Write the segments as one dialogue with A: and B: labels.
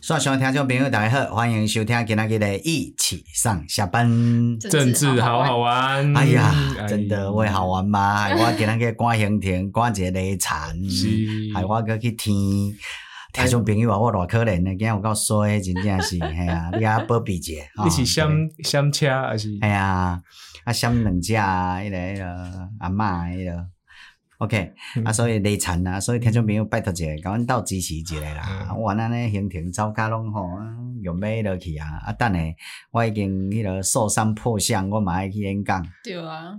A: 线上听众朋友大家好，欢迎收听今天的《一起上下班》。
B: 政治好好玩，
A: 哎呀，真的会好玩吗？害我今天去赶行程，赶一个雷惨，
B: 是
A: 害我搁去天。听众朋友啊，我偌可怜的，今天有够衰，真正是，嘿啊，你啊保庇者。
B: 你是闪闪车还是？
A: 哎呀，啊，闪两只啊，迄个迄个阿嬷迄个。OK，啊，
B: 嗯
A: 所以内产啊，所以听众朋友拜托一下，甲阮斗支持一下啦。啊
B: 嗯
A: 我安尼行程走甲拢吼，用买落去啊。啊，等下我已经迄个受伤破相，我嘛爱去演讲，
C: 对啊，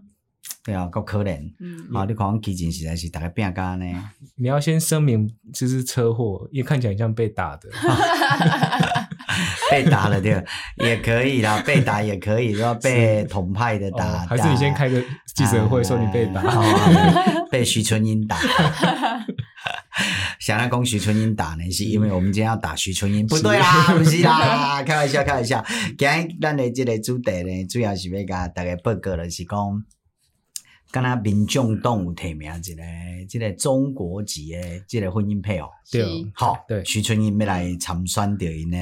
A: 对啊，够可怜。
C: 嗯，
A: 啊，你看阮基情实在是逐个拼甲安尼，
B: 你要先声明，这是车祸，因为看起来很像被打的。
A: 被打了对， 也可以啦，被打也可以，要 被统派的打。
B: 哦还是你先开个记者会说你被打？
A: 哦被徐春英打。想要攻徐春英打呢，是因为我们今天要打徐春英，不对啦，不是啦，开玩笑，开玩笑。今天咱的这个主题呢，主要是要甲大家报告的是讲，敢若民众党有提名一个，这个中国籍的这个婚姻配偶，
B: 对
C: 是
A: 好，
B: 对
A: 徐春英要来参选着因呢，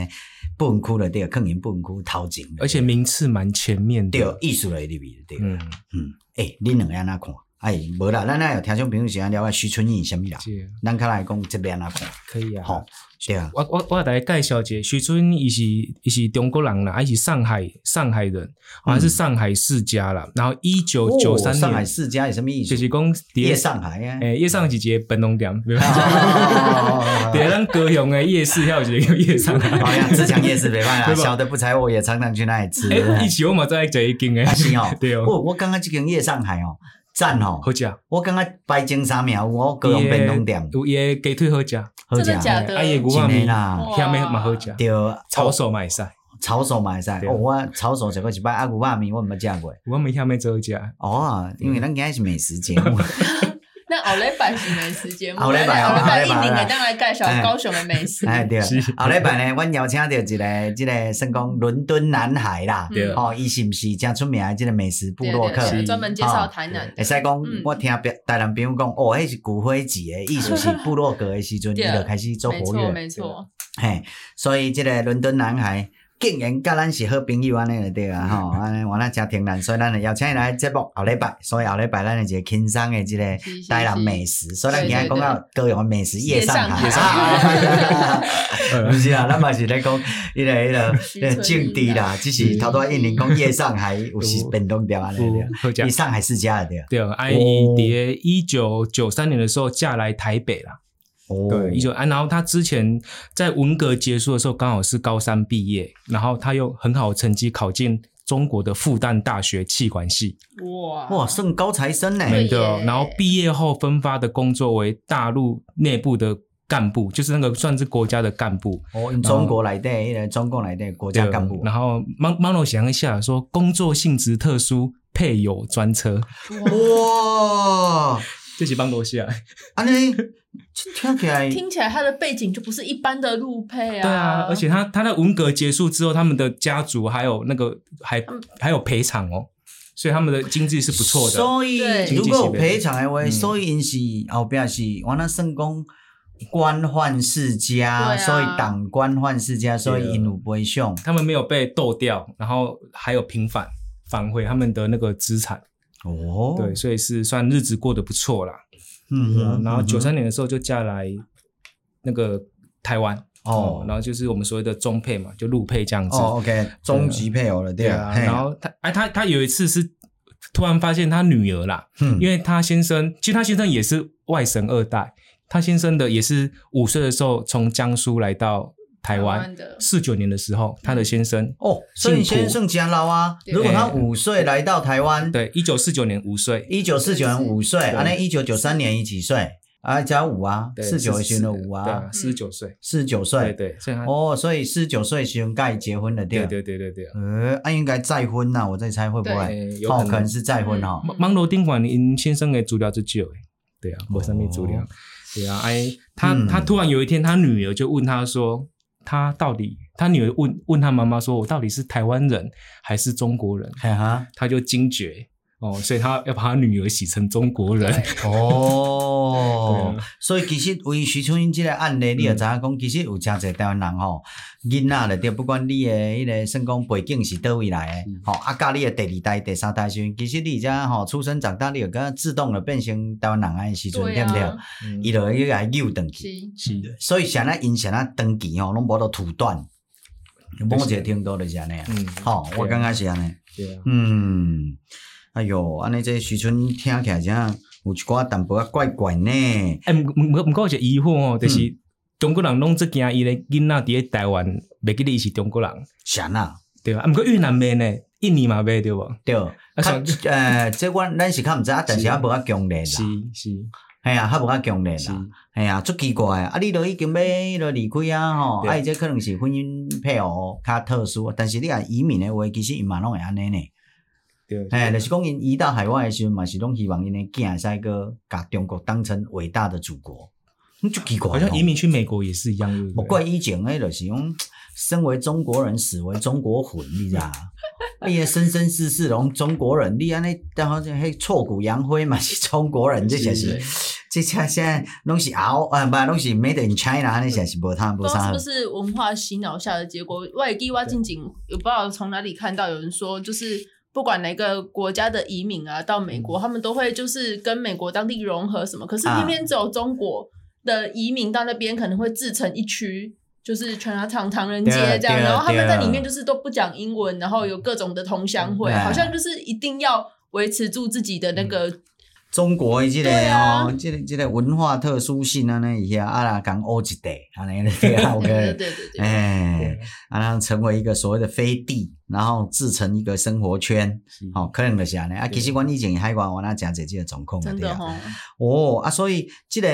A: 不分区了对，肯定不分区头前了，
B: 而且名次蛮前面的。
A: 对艺术类入面了对。
B: 嗯，
A: 嗯，诶、恁两个安怎看？哎，无啦，咱若有听众朋友是安了解徐春英啥物啦，
B: 这
A: 咱较来讲这边安怎看？
B: 可以啊。
A: 吼、对啊，
B: 我我我来介绍一下，徐尊伊是伊是中国人啦，伊是上海上海人，好像是上海世家啦。然后一九九三
A: 嗯哦上海
B: 年，
A: 世家有啥物意思？
B: 就是讲
A: 夜上海 啊。
B: 诶夜哦上是一个本农店， 对
A: 哦
B: 咱高雄的夜市，还有一个夜上海。
A: 好哎像自强夜市没办法，
B: 哦对吧
A: 小的不才我也常常去那里 吃。
B: 诶，一起哎我嘛在这一间诶，
A: 啊，是哦
B: 对哦，
A: 我我刚刚这间夜上海哦，赞哦！
B: 好食，
A: 我刚刚排前三名，我高雄便当店，
B: 有伊诶鸡腿好食，
A: 好
C: 真的
A: 食
C: 假
B: 哎啊伊牛肉
A: 真的
B: 面
A: 啦哦
B: 遐面嘛好食，
A: 对，
B: 抄手嘛会使，
A: 炒手嘛会使，
B: 对
A: 哦，我炒手食过一摆，啊牛肉面我毋捌食过。
B: 我们遐面最好食。
A: 哦，因为咱今天是美食节目，
C: 那奥莱版是美食节目，
A: 后礼拜
C: 奥
A: 后
C: 莱
A: 礼拜
C: 版一定
A: 后
C: 会
A: 礼拜
C: 当来介绍高雄的美食。
A: 哎对。
B: 是
A: 后礼拜呢，阮邀请到一个即个算讲伦敦男孩啦，
C: 嗯对
A: 吼，伊是毋是正出名的即个美食部
C: 对
A: 落
C: 对
A: 客？
C: 对
B: 是
C: 专门介绍台南的
A: 会使讲
C: 嗯，
A: 我听别台南朋友讲，哦，迄是骨灰级的，意思是部落格的时阵，伊
C: 对
A: 就开始做
C: 没
A: 活
C: 错，
A: 跃，
C: 没错，
A: 嘿，所以即个伦敦男孩竟然甲咱是好朋友安尼就对啊，吼，安尼我那诚天然，所以咱就邀请伊来节目后礼拜，所以后礼拜咱就一个轻松的即个。
C: 是是
A: 台南美
C: 是
A: 食，所以咱今天讲到高雄的美食夜
C: 夜
A: 上
C: 上
A: 海，
C: 海
A: 啊不是啦，咱嘛是咧讲迄个迄个迄个政治啦，只是头拄仔印尼讲夜上海有时变动掉安尼
B: 有
A: 对。
B: 嗯好食
A: 伊。上海世家的对。啊
B: 对，哦阿姨伫诶一九九三年的时候嫁来台北啦。
A: 哦
B: 对，一九啊，然后她之前在文革结束的时候，刚好是高三毕业，然后她又很好的成绩考进中国的复旦大学气管系，
C: 哇
A: 哇，算高材生呢。
C: 对耶
B: 对哦。然后毕业后分发的工作为大陆内部的干部，就是那个算是国家的干部。
A: 哦，因中国内底迄个中共内底国家干部
B: 对。然后芒芒罗想一下说，工作性质特殊，配有专车，
A: 哇，
B: 这是芒罗西啊。
A: 安尼听起来
C: 听起来他的背景就不是一般的路配啊。
B: 对啊，而且他他在文革结束之后，他们的家族还有那个还
C: 嗯
B: 还有赔偿哦，所以他们的经济是不错的。
A: 所以
C: 对
A: 如果有赔偿的话，
B: 嗯
A: 所以因是后壁是完了算讲官宦世家，
C: 对啊
A: 所以党官宦世家，所以因有赔偿。
B: 他们没有被斗掉，然后还有平反返回他们的那个资产，
A: 哦，
B: 对，，所以是算日子过得不错啦。
A: 嗯
B: 对啊
A: 哼，
B: 然后
A: 嗯哼
B: 九三年的时候就嫁来那个台湾
A: 哦
B: 然后就是我们所谓的中配嘛，就陆配这样子。
A: 哦，OK，终极配偶了，对
B: 啊，
A: 嘿
B: 然后他哎他他有一次是突然发现他女儿啦，
A: 嗯
B: 因为他先生，其实他先生也是外省二代，他先生的也是五岁的时候从江苏来到台
C: 台
B: 湾
C: 湾的，
B: 四九年的时候，他的先生
A: 哦，所以
B: 姓朴
A: 先生讲老啊，
C: 对
A: 如果他五岁来到台湾，，
B: 对一九四九年五岁，
A: 一九四九年五岁，
B: 对
A: 安尼一九九三年伊几岁？啊，加五啊，
B: 对
A: 四九的时候有
B: 对
A: 啊
B: 啊，，四十九岁，
A: 四十九
B: 对
A: 岁，
B: 对，所以他
A: 哦，所以四十九岁时阵该结婚了，
B: 对
A: 啊
B: 对对对对啊。
A: 呃，啊，应该再婚呐、我在猜会不会？
B: 对有
A: 哦，
B: 可能嗯
A: 可能是再婚哦。
B: 芒芒罗宾馆因先生的资料就少诶，对啊，我上面资料
A: 哦，
B: 对啊，哎，他
A: 嗯
B: 他突然有一天，他女儿就问他说，他到底，他女儿问问他妈妈说，我到底是台湾人还是中国人？
A: 嘿哈，
B: 他就惊觉，哦，所以他要把他女儿洗成中国人。
A: 哦
B: 对啊，
A: 所以其实为徐春英这个案例，你
B: 嗯
A: 也知影讲，其实有真侪台湾人吼，囡仔了对，不管你的迄个算讲背景是倒位来的，
B: 嗯
A: 吼、啊，甲你的第二代、第三代时候，其实你遮吼出生长大，你有个自动就变成台湾人安时阵，
C: 对
A: 对不对
C: 啊？，
A: 伊就
B: 嗯
A: 会来诱转
C: 是
A: 去，
B: 是，
A: 所以像咱因像咱长期吼，拢无到土断，某一个程度就是安尼啊。
B: 嗯，
A: 吼、我感觉是安尼。
B: 对啊，
A: 嗯，哎哟，安尼这徐春听起来真的有一寡淡薄仔怪怪呢。
B: 哎，毋毋毋过有一个疑惑哦，就是中国人拢即件伊咧囡仔伫咧台湾，袂记得伊是中国人，
A: 啥啊，
B: 对啊，啊，毋过越南袂呢，印尼嘛袂对无？
A: 对，
B: 像
A: 较呃，这我咱是较毋知啊，但是
B: 啊是
A: 较无较强烈
B: 是
A: 啦，
B: 是
A: 嘿啊，较无较强烈
B: 是，
A: 啦，嘿啊，足奇怪的啊！你都已经要迄落离开啊吼，
B: 对
A: 啊，伊这可能是婚姻配偶较特殊，但是你若移民的话，其实伊嘛拢会安尼呢。
B: 对，
A: 哎，就是讲因移到海外的时候，嘛是拢希望因的囝会使个甲中国当成伟大的祖国，嗯足奇怪哦。
B: 好像移民去美国也是一样，对不对
A: 莫怪以前诶，就是讲，身为中国人，死为中国魂，你知道？你的生生世世拢中国人，你安尼，然后迄挫骨扬灰嘛是中国人，这些是，这些现在拢是熬啊，不拢是 Made in China，安尼些是无通
C: 不
A: 无
C: 知道
A: 啥
C: 是不。是文化洗脑下的结果。外地挖进景，也不知道从哪里看到有人说，就是不管哪个国家的移民啊，到美国，他们都会就是跟美国当地融合什么。可是
A: 嗯啊
C: 偏偏只有中国的移民到那边，可能会自成一区。就是全家唐唐人街
A: 对啊
C: 这样，
A: 对啊
C: 然后他们
A: 对
C: 在
A: 啊
C: 里面就是都不讲英文，然后有各种的同乡会，
A: 对啊嗯
C: 好像就是一定要维持住自己的那个嗯
A: 中国的这个
C: 对啊
A: 哦，这个这个文化特殊性安尼一下，啊啦讲欧一地，安尼对啊
C: 对
A: ，OK，
C: 对对对，
A: 哎
B: 对，
A: 啊，然后成为一个所谓的飞地，然后制成一个生活圈。
B: 是
A: 吼、可能就是安尼啊。其实阮以前海外，我那诚侪即个状况
C: 真
A: 对
C: 的
A: 啊。
C: 吼，
A: 哦，啊，所以即个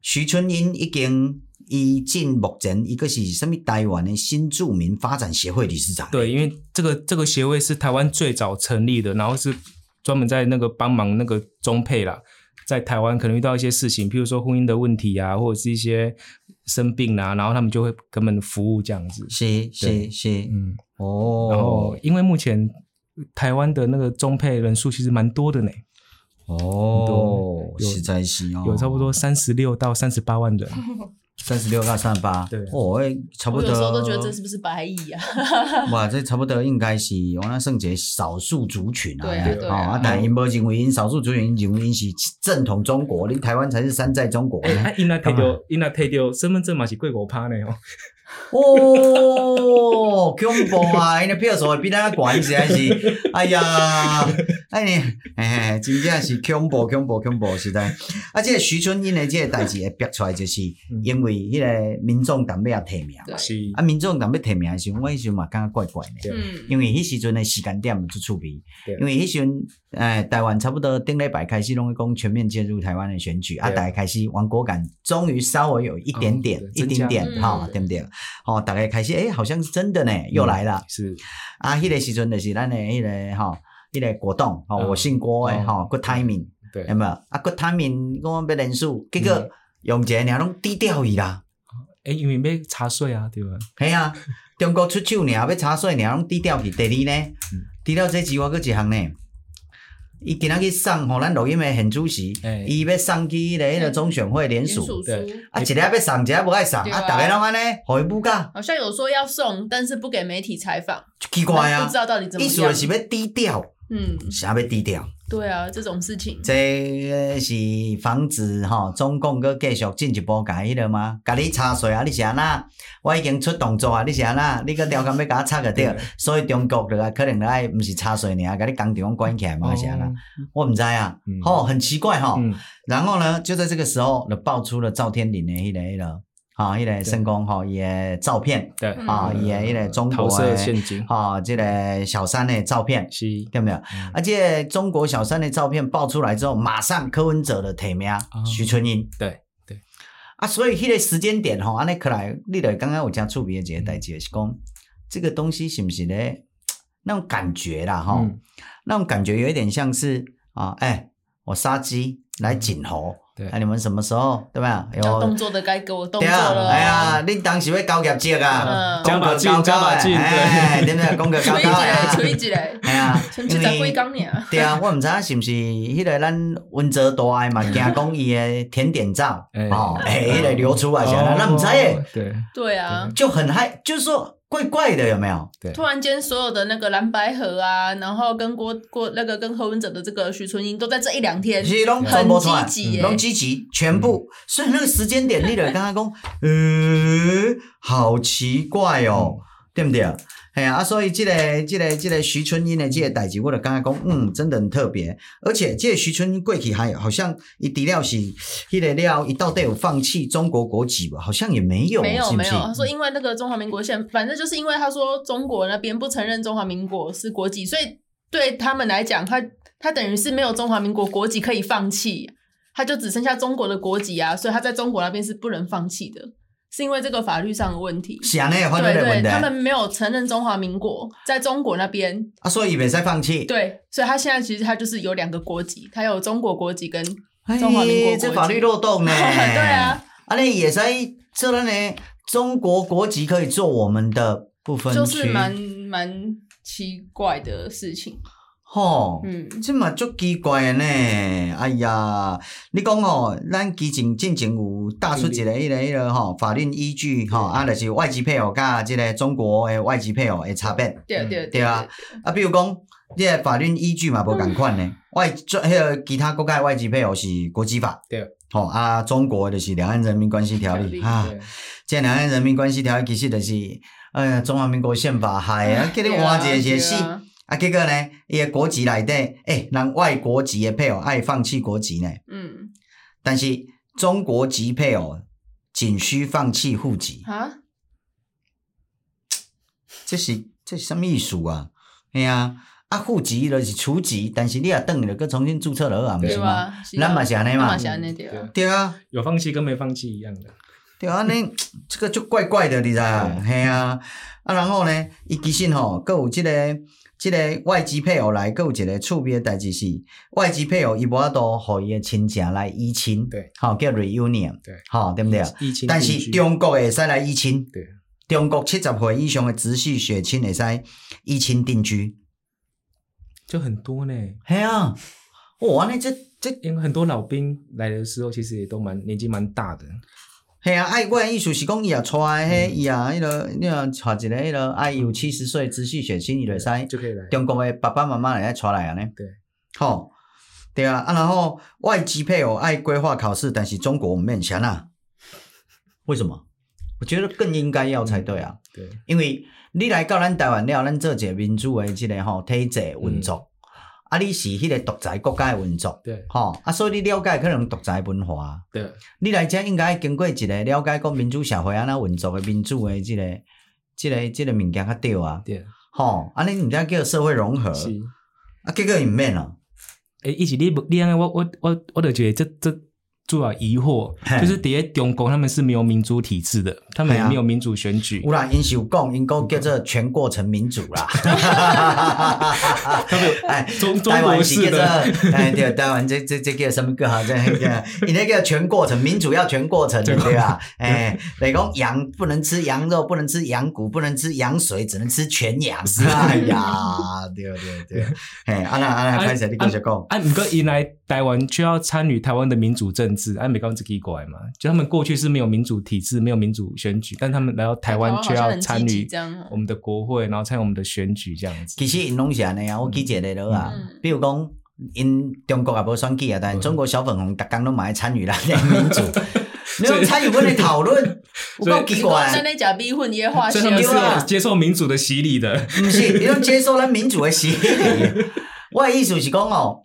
A: 徐春英已经伊进目前伊个是什物台湾的新著民发展协会理事长。
B: 对，因为这个这个协会是台湾最早成立的，然后是专门在那个帮忙那个中配啦，在台湾可能遇到一些事情，譬如说婚姻的问题啊，或者是一些生病啊，然后他们就会给他们服务这样子。
A: 是是
B: 对
A: 是，
B: 嗯，然后
A: 哦
B: 因为目前台湾的那个中配人数其实蛮多的呢，
A: 哦，
B: 有
A: 实在是哦，
B: 有差不多三十六到三十八万人。
A: 三十六到三十八，
B: 对啊
A: 哦，诶，差不
C: 我
A: 多。
C: 有时候都觉得这是不是白蚁啊？
A: 哇，这差不多应该是我那算一个少数族群啊，
C: 对啊
A: 嘿
C: 对
A: 哦
C: 啊
A: 啊，但因无认为因少数族群，认为因是正统中国，恁台湾才是山寨中国。
B: 哎，因那配
A: 干
B: 掉，因那配掉身份证嘛是贵国趴呢哦，
A: 哦，恐怖啊！因个票数比咱悬实在是，哎呀，哎呢，哎，真正是恐怖，恐怖，恐怖时代。啊，这个徐春英的这个代志会逼出来，就是因为迄个民众党要提名嘛，
C: 对
B: 是
A: 啊，民众党要提名的时候，我迄时阵嘛感觉怪怪的。
B: 对
C: 嗯，
A: 因为迄时阵的时间点就趣味
B: 对，
A: 因为迄时阵，诶、台湾差不多顶礼拜开始拢会讲全面介入台湾的选举，啊，
B: 对
A: 大家开始亡国感终于稍微有一点点，
B: 嗯
A: 一
B: 对
A: 点点
C: 增，加
A: 哈、
C: 嗯
A: 对不对？吼、大家开始，诶、好像是真的呢，
B: 嗯
A: 又来了。
B: 是
A: 啊，迄个时阵就是咱的迄、个吼，迄、个果冻，吼、
B: 嗯
A: 我姓郭的，
B: 嗯
A: 吼、good timing，
B: 对
A: 有，没有？啊，good timing，讲要人数，结果
B: 嗯
A: 用一个尔拢低调伊啦，
B: 哎，因为要查税啊，对吧？
A: 系啊，中国出手尔，要查税尔，拢低调去。第二呢
B: 嗯，
A: 除了这之外，佫一项呢，伊今仔去送吼咱录音的现主席
B: 哎，
A: 伊要送去迄个迄个中选会联
C: 鼹
A: 署，
C: 鼠
B: 对
C: 书
A: 啊，一个要送，一个无爱送，
C: 对
A: 啊，
C: 啊
A: 逐个拢安尼，互伊母甲，
C: 好像有说要送，但是不给媒体采访，
A: 就奇怪
C: 但
A: 啊
C: 不知。道到底怎么
A: 意思
C: 样。
A: 就是要低调，
C: 嗯，
A: 啥要低调？
C: 对啊，这种事情，
A: 这是防止吼、中共佫继续进一步甲迄落吗？甲你插水啊！你是安那？我已经出动作啊！你是安那？你佫条件要甲我插个对
B: 对？
A: 所以中国落来可能来毋是插水尔，甲你工厂关起来嘛是安那？哦我毋知啊
B: 哦嗯，
A: 吼、很奇怪
C: 哦
A: 吼、
B: 嗯，
A: 然后呢，就在这个时候，就爆出了赵天林的迄个迄落，吼、迄、个圣公吼伊的照片，
B: 对
C: 嗯
A: 啊伊的迄个中国
B: 桃色
A: 的
B: 陷阱，
A: 吼，即、个小三的照片，
B: 是
A: 对不对？
B: 嗯
A: 而且中国小三的照片爆出来之后，马上柯文哲的提名、啊徐春英
B: 哦对对
A: 啊，所以迄个时间点吼，安尼可来，你就刚刚有讲触别的一个代志，就是讲这个东西是不是咧？那种感觉啦，哈、
B: 嗯
A: 那种感觉有一点像是啊，哎、我杀鸡来儆猴，
B: 嗯对
A: 那你们什么时候对吧？
C: 叫动
A: 有
C: 作的该给我动
A: 对
C: 作
A: 啊，
C: 了。
A: 哎呀，恁当时要交业绩啊，
C: 嗯
A: 讲
B: 加把
A: 个
B: 劲
A: 高
B: 加
A: 高
B: 把
A: 的，
B: 劲
A: 哎，对不对？讲个高
C: 吹一
A: 高的
C: 来，
A: 啊，
C: 吹一来，
A: 哎 呀，
C: 剩七
A: 因
C: 十几
A: 为。
C: 工尔。
A: 对啊，我毋知影是毋是迄个咱温州大诶嘛，惊讲伊诶甜点照
B: 哎
A: 哦，诶，迄个流出来是安
B: 哦
A: 尼，咱毋知诶，
B: 对
C: 对啊，
A: 就很害，就是说怪怪的，有没有？
B: 对，
C: 突然间所有的那个蓝白河啊，然后跟郭郭那个跟柯文哲的这个许纯英都在这一两天，
A: 其实拢全
C: 很
A: 部出来
C: 积，极耶。
A: 拢积极，全部。所以那个时间点，你就刚刚讲， 呃，好奇怪哦，对不对？哎呀，啊，所以这个、这个、这个徐春英的这个代志，我就刚刚讲，嗯，真的很特别。而且这个徐春英过去还有好像一底料是，迄个料，一到底有放弃中国国籍吧？好像也没有，
C: 没有
A: 是不
C: 没
A: 是
C: 有，他说因为那个中华民国宪，反正就是因为他说中国那边不承认中华民国是国籍，所以对他们来讲，他他等于是没有中华民国国籍可以放弃，他就只剩下中国的国籍啊，所以他在中国那边是不能放弃的，是因为这个法律上的问题。
A: 是安尼的法律
C: 对
A: 的问
C: 对，
A: 题，
C: 他们没有承认中华民国在中国那边，
A: 啊，所以伊袂使放弃。
C: 对，所以他现在其实他就是有两个国籍，他有中国国籍跟
A: 哎
C: 中华民国国籍
A: 这法律漏洞呢？
C: 对啊，
A: 啊，那也在这了呢。中国国籍可以做我们的不分区，
C: 就是蛮蛮奇怪的事情，
A: 吼，
C: 嗯。
A: 这嘛足奇怪的呢。哎呀，你讲哦，咱之前进前有打出一个迄个迄个吼法律依据吼，啊，就是外籍配偶甲即个中国的外籍配偶的差别。
C: 对对
A: 对啊，啊，比如讲，你的法律依据嘛无共款呢，
C: 嗯
A: 外做迄个其他国家的外籍配偶是国际法，
B: 对，
A: 吼啊，中国就是两岸人民关系条
C: 条
A: 例
C: 例
A: 啊
B: 对，
A: 这两岸人民关系条例其实就是，哎呀，中华民国宪法 害啊，叫你
C: 对
A: 换
C: 啊
A: 一个
C: 对
A: 写
C: 啊
A: 死。啊，结果呢，伊个国籍内底，诶、人外国籍的配偶爱放弃国籍呢，
C: 嗯
A: 但是中国籍配偶仅需放弃户籍，
C: 啊，
A: 这是这是什么意思啊？哎呀、啊，啊户籍就是除籍，但是你也等了，搁重新注册了啊，不
C: 对
A: 是吗？
C: 吧？
A: 咱嘛是安尼嘛
C: 咱嘛是安尼对啊。
A: 对啊，
B: 有放弃跟没放弃一样的，
A: 对啊，你这个就怪怪的，你知道吗？嘿啊，啊，然后呢，伊其实吼，佮有即、个即、这个外籍配偶来，佮有一个趣味的代志是，外籍配偶伊无法度互伊的亲情来依亲，
B: 对，
A: 吼、叫 reunion，
B: 对
A: 吼、对不对？
B: 疫情
A: 但
B: 定
A: 是
B: 居
A: 中国会使来依亲，
B: 对，
A: 中国七十岁以上的直系血亲会使依亲定居，
B: 就很多呢，
A: 嘿啊，哇，安尼这这
B: 因为很多老兵来的时候其实也都蛮年纪蛮大的，
A: 系啊，爱我的意思是讲，伊也娶迄伊也迄落，你若娶一个迄落，啊，伊有七十岁直系血亲，伊就使
B: 就可以来。
A: 中国的爸爸妈妈来娶来安尼。
B: 对，
A: 吼、对啊，啊，然后外籍配偶爱规划考试，但是中国我们没钱啊，为什么？我觉得更应该要才对啊，
B: 对，
A: 因为你来到咱台湾了，咱做一个民主的即、个吼体制运作，啊，你是迄个独裁国家的运作，
B: 对，
A: 吼、啊，所以你了解可能独裁文化啊。
B: 对，
A: 你来遮应该经过一个了解讲民主社会安怎运作诶，民主诶即、个、即、个、即、个物件较对啊，
B: 对，
A: 吼，安尼毋知叫社会融合，
B: 是。
A: 啊，结果毋免啊，
B: 诶，一起你不你安尼我我我我就觉得这这主要疑惑
A: 嘿，
B: 就是底下中国他们是没有民主体制的，他们
A: 嘿
B: 也
A: 啊
B: 没有民主选举
A: 有，啦，因是有讲，因讲叫做全过程民主啦， 哎。
B: 中中
A: 台
B: 国
A: 湾是叫
B: 式的，
A: 做，哎对，台湾这这这叫什么歌啊？这那个，你那个全过程民主要全过程的对吧？哎，来讲羊不能吃羊肉，不能吃羊骨，不能吃羊水，只能吃全羊。 哎呀，对对对，哎，安娜安娜开始你继续讲。
B: 啊，你哥迎来台湾却要参与台湾的民主政治，啊，美国自己过来嘛，就他们过去是没有民主体制，没有民主选举，但他们来到台湾却要参与
C: 这样哦
A: 嗯
B: 我们的国会，然后参与我们的选举这样子。
A: 其实因拢是安
B: 嗯
A: 尼啊，我记一个落啊
C: 嗯，
A: 比如讲，因中国也无选举啊，
B: 嗯
A: 但是中国小粉红逐工拢嘛爱参与咱的民 主，你讲参与阮的讨论，有够奇
C: 你讲咱
A: 怪。啊
C: 咧假逼混也化
B: 所
C: 学
B: 以他们是
A: 对啊
B: 有接受民主的洗礼的，
A: 毋是，你拢接受咱民主的 洗礼。我的意思是讲哦，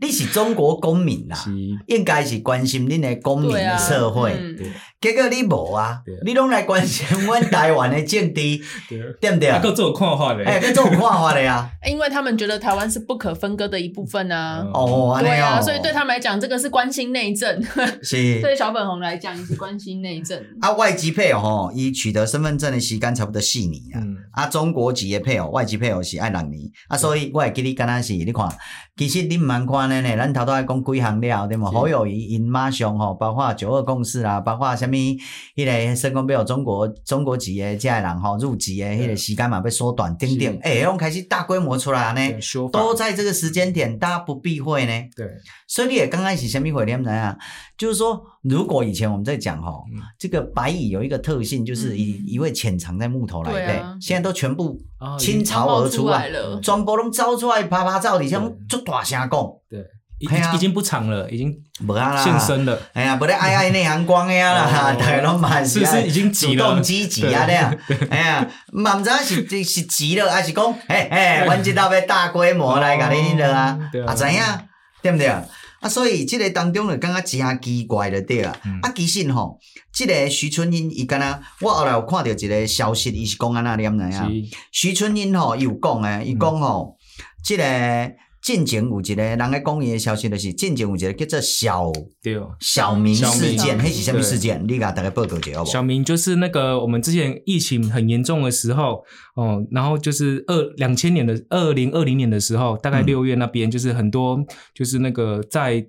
A: 你是中国公民啦，应该是关心恁的公民
C: 对啊
A: 的社会。
C: 嗯
B: 对
A: 结果你无啊
B: 对啊，
A: 你拢来关心阮台湾的 政治，
B: 对，
A: 对不对？
B: 啊，够做看法
A: 哎，
B: 嘞，
A: 这种看法的啊 呀。
C: 哎因为他们觉得台湾是不可分割的一部分啊
B: 嗯。
A: 哦，安尼
C: 对
A: 哦
C: 啊，，所以对他们来讲，这个是关心内政；
A: 是。
C: 对小粉红来讲，也是关心内政。
A: 啊，外籍配偶吼，伊取得身份证的时间差不多四年啊。
B: 嗯，
A: 啊，中国籍的配偶、外籍配偶是爱六年，啊，所以我会记你敢若是，你看，其实你毋通看咧呢，咱头拄仔讲几项了，对无？
B: 是
A: 好友谊因马上吼，包括九二共识啦，包括啥物迄个说讲要有中国中国籍的遮个人吼入籍的迄个时间嘛，要缩短等等
B: 是，
A: 诶，拢开始大规模出来呢
B: 对，说法
A: 哎都在这个时间点，大家不避讳呢。
B: 对
A: 所以你也刚开始先避讳，你们怎样？就是说，如果以前我们在讲吼，
B: 嗯
A: 这个白蚁有一个特性，就是一
C: 嗯
A: 一位潜藏在木头来
C: 对
A: 的，
C: 啊
A: 现在都全部
B: 啊
A: 倾巢而出
C: 冒出来
A: 啊，
C: 了，
A: 全部拢走出来啪啪照底下
B: 对
A: 做大声讲，无
B: 已
A: 嘿啊
B: 已经不长了，已经
A: 啊啦，
B: 现身了，
A: 哎呀，不咧爱 爱内涵光的啊啦，
B: 哦
A: 大家拢嘛
B: 是不是
A: 爱
B: 已经
A: 主
B: 急了
A: 动？积极啊，这样， 哎呀，嘛毋知影是是急了，还是 讲，嘿嘿，阮即道要大规模来甲你了啊
B: 哦对，啊
A: 啊知影，对毋对？啊，所以即个当中就感觉真奇怪就对啊
B: 嗯。
A: 啊，其实吼，即个徐春英伊敢若，我后来有看到一个消息，伊是讲安那念哪样？
B: 是
A: 啊
B: 嗯
A: 徐春英吼伊有讲诶，伊讲吼，即个进前有一个人咧讲伊诶消息，就是进前有一个叫做小
B: 对哦，
A: 小明
B: 小明
A: 事件，迄是啥物
B: 对
A: 事件？你甲大家报告一下好无？
B: 小明就是那个我们之前疫情很严重的时候，哦，然后就是二两千年的二零二零年的时候，大概
A: 嗯
B: 六月那边就是很多就是那个在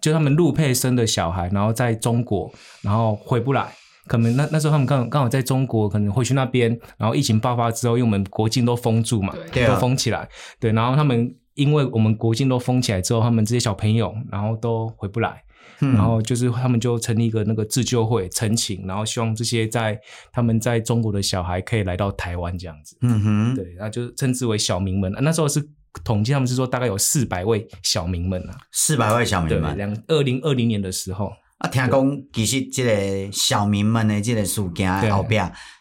B: 就他们陆配生的小孩，然后在中国，然后回不来。可能那那时候他们刚刚好在中国，可能回去那边，然后疫情爆发之后，因为我们国境都封住嘛，
C: 对，
A: 对
B: 都
A: 啊，
B: 封起来。对，然后他们因为我们国境都封起来之后，他们这些小朋友然后都回不来。
A: 嗯
B: 然后就是他们就成立一个那个自救会陈情，然后希望这些在他们在中国的小孩可以来到台湾这样子。
A: 嗯哼，
B: 对，那就称之为小民们。那时候是统计，他们是说大概有四百位小民们啊。
A: 四百位小
B: 对
A: 民，们
B: 两二零二零年的时候，
A: 啊，听讲其实即个小民们的即个事件
B: 对
A: 后壁，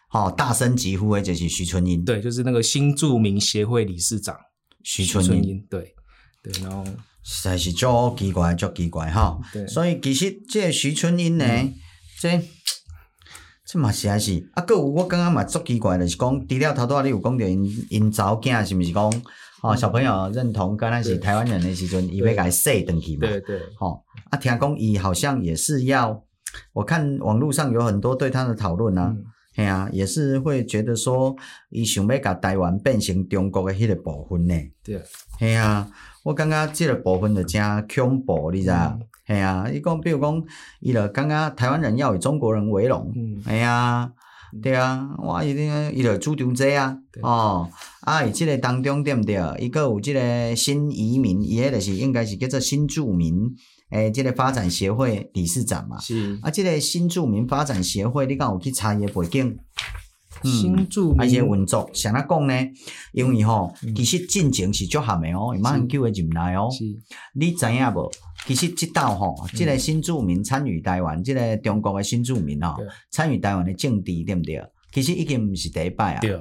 A: 吼大声疾呼的就是徐春英，
B: 对，就是那个新住民协会理事长
A: 徐
B: 许
A: 春英。
B: 英，对对，然后
A: 实在是足奇怪，足奇怪吼。
B: 对嗯
A: 所以其实这个徐春英呢，这这嘛实在是啊，搁有我感觉嘛足奇怪，就是讲除了头拄仔你有讲着因因查某囝是毋是讲哦小朋友认同，敢若是
B: 对
A: 台湾人的时阵，伊要甲伊说转去嘛。
B: 对对
A: 吼、啊，听讲伊好像也是要，我看网络上有很多对他的讨论啊。
B: 嗯
A: 嘿啊，也是会觉得说，伊想要甲台湾变成中国的迄个部分呢。
B: 对，
A: 嘿啊，我感觉即个部分就真恐怖，你知道？
B: 嗯
A: 嘿啊，伊讲，比如讲，伊就感觉台湾人要以中国人为荣。
B: 嗯，
A: 哎呀，对啊，我伊咧伊就主张这啊
B: 对，
A: 哦，啊，伊即个当中对毋对？伊个有即个新移民，伊迄就是应该是叫做新住民，诶，即个发展协会理事长嘛。
B: 是
A: 啊，即、个新住民发展协会，你敢有去查伊背景？
B: 新住
A: 啊，伊个
B: 民
A: 运作，谁来讲呢？因为吼，其实进前是足含的哦，马上叫伊进来哦。
B: 嗯是
A: 你知影无？其实即道
B: 嗯
A: 吼，即、个新住民参与台湾，即、个中国的新住民吼
B: 对，
A: 参与台湾的政治，对毋对？其实已经毋是第一摆啊。
B: 对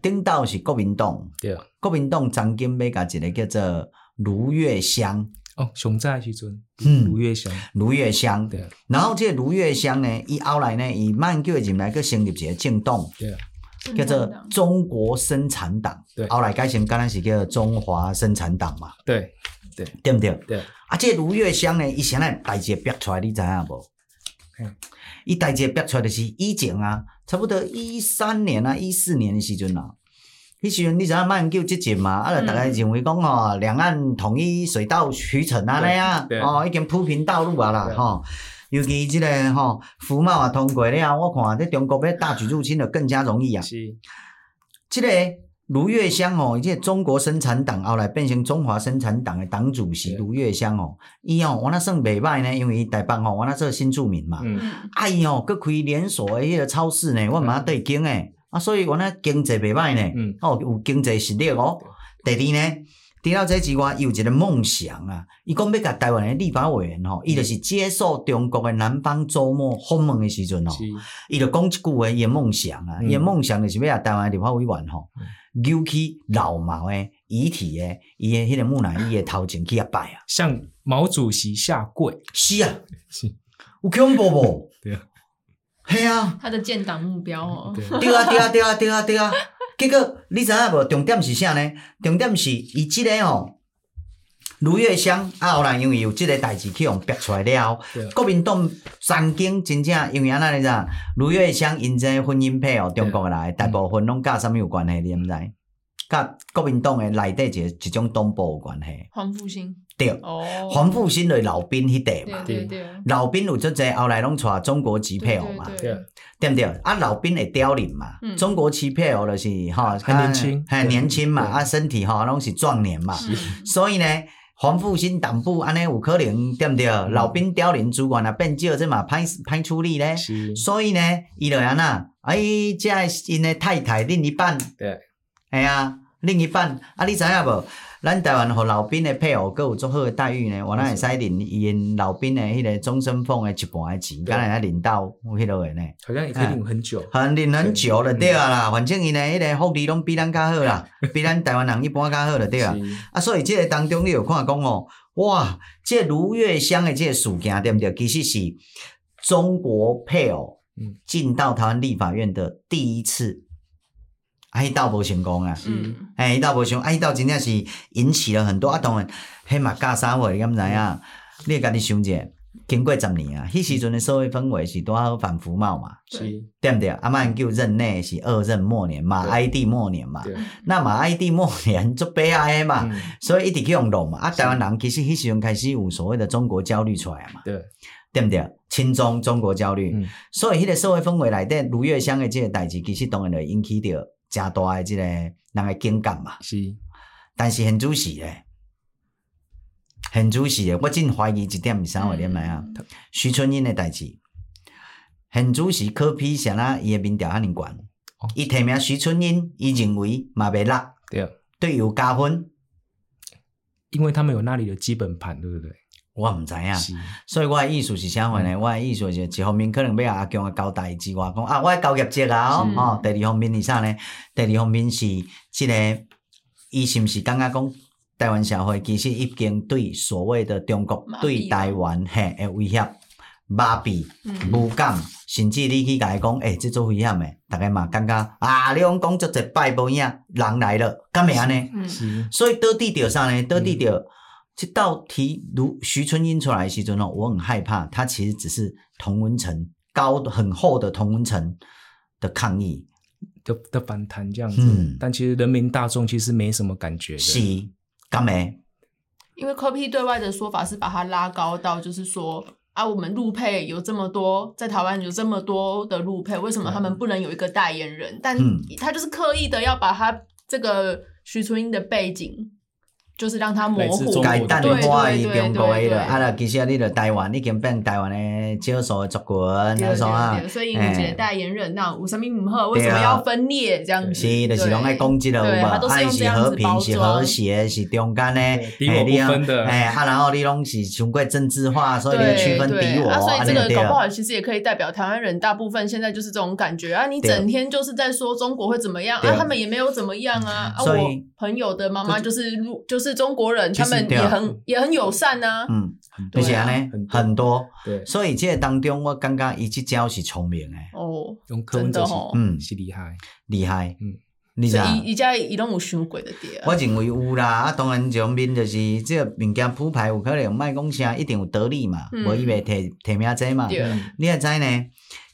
A: 顶道是国民党，
B: 对
A: 国民党曾经要甲一个叫做卢月香，
B: 哦，熊在其中，
A: 嗯
B: 卢，月祥，
A: 卢月香。
B: 对
A: 然后即个卢月香呢，伊后来呢，伊慢叫伊进来，佮成立一个政党，
B: 对
C: 嗯
A: 叫做
C: 正常的
A: 中国生产党。
B: 对
A: 后来改成敢若是叫做中华生产党嘛，
B: 对
A: 对毋对？
B: 对，
A: 啊，这卢月香呢，伊啥来代志逼出来，你知影无
B: 嘿？
A: 伊代志逼出来就是以前啊，差不多一三年啊、一四年的时阵啊，迄时阵你知影马英九执政嘛，啊，就
C: 嗯
A: 大家认为讲吼，两岸统一、水到渠成啊，
B: 对
A: 尼啊
B: 对，
A: 哦，已经铺平道路啊啦
B: 对，
A: 吼。尤其即、个吼，服贸啊通过了，我看这中国要大举入侵就更加容易啊。
B: 是
A: 即、个卢月香哦，即、个中国生产党后来变成中华生产党的党主席
B: 对
A: 卢月香哦，伊哦，我那算袂歹呢，因为伊台北哦吼，我那做新住民嘛，
B: 嗯
C: 嗯，
A: 啊伊哦，佮开连锁的迄个超市呢，我毋捌对经诶，啊，所以我那经济袂歹呢，
B: 嗯
A: 哦，有经济实力哦。第二呢，除了这之外，伊有一个梦想啊，伊讲要甲台湾的立法委员吼，伊就是接受中国的南方周末访问的时阵哦。
B: 是
A: 伊就讲一句话，伊诶梦想啊，
B: 嗯
A: 伊诶梦想就是要啊台湾的立法委员吼
B: 嗯，
A: 揪起老毛诶遗体诶，伊诶迄个木乃伊诶头前去遐拜啊。
B: 向毛主席下跪，
A: 是啊，
B: 是？
A: 有恐怖无
B: 对啊，
A: 嘿啊，
C: 他的建党目标哦，
B: 对
A: 对啊，对啊，对啊，对啊，对啊。结果你知影无？重点是啥呢？重点是伊即个吼，卢月香啊，后来因为有即个代志去用逼出来了
B: 对啊，
A: 国民党曾经真正因为安那你知影，卢月香因这婚姻配偶中国来，大部分拢甲啥物有关系，你毋知？甲国民党诶内底一个一种党部有关系，
C: 黄复兴
A: 对。
C: 哦，
A: 黄复兴就是老兵迄块嘛，
C: 对对对，
A: 老兵有足侪，后来拢娶中国籍配偶嘛，
C: 对
B: 对，
A: 对不对？啊，老兵会凋零嘛，
C: 嗯
A: 中国籍配偶就是吼，
B: 很年轻
A: 很年轻嘛，
B: 对
A: 啊，身体吼拢是壮年嘛，
C: 嗯
A: 所以呢，黄复兴党部安尼有可能对不对？
B: 嗯
A: 老兵凋零，主管啊变少，这嘛歹歹处理
C: 哎
A: 咧。
B: 是，
A: 所以呢，伊就安那，哎，即因的太太另一半，
B: 对，
A: 哎呀、另一半，啊，你知影无？咱台湾互老兵的配偶，佫有足好的待遇呢，原来会使领因老兵的迄个终身俸的一半的钱，
B: 对
A: 敢若领到有迄落的呢？
B: 好像也可以领很久，
A: 很领很久了，对啊啦，反正因的迄个福利拢比咱较好 啦，比咱台湾人一般较好了，对啊。
B: 是
A: 啊，所以即个当中你有看讲哦，哇，即、个卢月香的即个事件对不对？其实是中国配偶
B: 嗯
A: 进到台湾立法院的第一次，啊，迄道无成功啊，
C: 嗯，
A: 哎，迄道无成，啊，迄道真正是引起了很多啊，当然，迄嘛教啥话，你敢知影？你会家己想者，经过十年啊，迄时阵的社会氛围是多好反服贸嘛，
B: 是，
A: 对不对？啊，曼叫任内是二任末年嘛
B: 对
A: ，ID 末年嘛，
B: 对，
A: 那嘛 ID 末年做悲哀的嘛。
B: 嗯，
A: 所以一直去用弄嘛。啊，台湾人其实迄时阵开始有所谓的中国焦虑出来嘛，
B: 对，
A: 对不对？亲中中国焦虑，
B: 嗯
A: 所以迄个社会氛围内底，卢月香的即个代志，其实当然就引起着诚大诶即个人诶警感嘛。
B: 是，
A: 但是很主席咧，很主席咧，我真怀疑一点是啥话点来啊？徐春英的代志，很主席可比啥啦？伊诶民调遐尼悬
B: 哦，
A: 伊提名徐春英，伊认为嘛袂落，
B: 对，啊
A: 对伊有加分，
B: 因为他们有那里的基本盘，对不对？
A: 我毋知啊影。
B: 是，
A: 所以我的意思是啥货
C: 嗯
A: 呢？我的意思是一方面可能要阿强交代之外，讲啊，我要交业绩啊，哦
C: 是
A: 哦，第二方面是啥呢？第二方面是即、个，伊是毋是感觉讲台湾社会其实已经对所谓的中国
C: 麻痹
A: 对台湾嘿诶威胁麻痹、
C: 嗯
A: 无感，甚至你去甲伊讲，诶、欸即种危险诶，逐个嘛感觉啊，你讲讲足一摆无影，人来了，啊敢会安尼？
C: 嗯，
B: 是，
A: 所以倒地掉上呢，倒地
B: 嗯
A: 掉这道题如徐春英出来的时阵哦，我很害怕，他其实只是同温层高很厚的同温层的抗议，
B: 的的反弹这样子，
A: 嗯
B: 但其实人民大众其实没什么感觉的，
A: 是干没？
C: 因为 Copy 对外的说法是把它拉高到，就是说啊，我们陆配有这么多，在台湾有这么多的陆配，为什么他们不能有一个代言人？但
A: 嗯
C: 他就是刻意的要把他这个徐春英的背景，就是让他模
B: 来自
C: 糊
B: 中国
A: 改
B: 的
A: 淡
C: 对对
A: 化伊
C: 对对
A: 中国
C: 对
A: 的
C: 对
A: 了，啊啦，其实你了台湾已经变台湾的少数的族群，那
C: 对对
A: 种啊
C: 对，，所以有一
A: 哎
C: 个代言人，那有什么唔好？为什
A: 对
C: 么
A: 啊
C: 要分裂这样子？
A: 是，就是拢爱
C: 对
A: 攻击了
C: 对
A: 有
C: 他
A: 无？
C: 都是
A: 爱
C: 用这
A: 是
C: 样子
A: 和平，
C: 包
A: 是
C: 装
A: 和谐，是中间
B: 对
A: 的，
B: 敌我
A: 哎
B: 不
A: 你啊
B: 分的
A: 哎，啊，然后你拢是伤过政治化，所以你
C: 对
A: 就区分敌我，
C: 对啊，所以
A: 安
C: 这
A: 尼就
C: 个
A: 对
C: 搞不好
A: 了。
C: 其实也可以代表台湾人大部分现在就是这种感觉啊！你
A: 对啊
C: 整天就是在说中国会怎么样
A: 对啊
C: 啊，他们也没有怎么样啊。啊，
A: 所以
C: 我朋友的妈妈就是路就是中国人，他们
A: 对
C: 也
A: 啊
C: 很也很友善啊。
A: 嗯，
B: 很多
A: 而
C: 对
A: 且
C: 啊
A: 呢
B: 很，多
A: 很多，
B: 对，
A: 所以这个当中，我感觉伊即招是聪明诶，
C: 哦，
B: 用柯文
C: 真的
B: 哲是
C: 哦
A: 嗯
B: 是厉害，
A: 厉害。
B: 嗯
A: 你知
C: 所
A: 道
C: 以一家一弄有伤鬼的爹啊
A: 啊我，认为有啦，啊，当然上面就是即个物件铺排有可能卖讲啥，一定有道理嘛，
C: 嗯
A: 无伊袂提提名者嘛。
C: 对
B: 嗯
C: 啊
A: 你也知呢，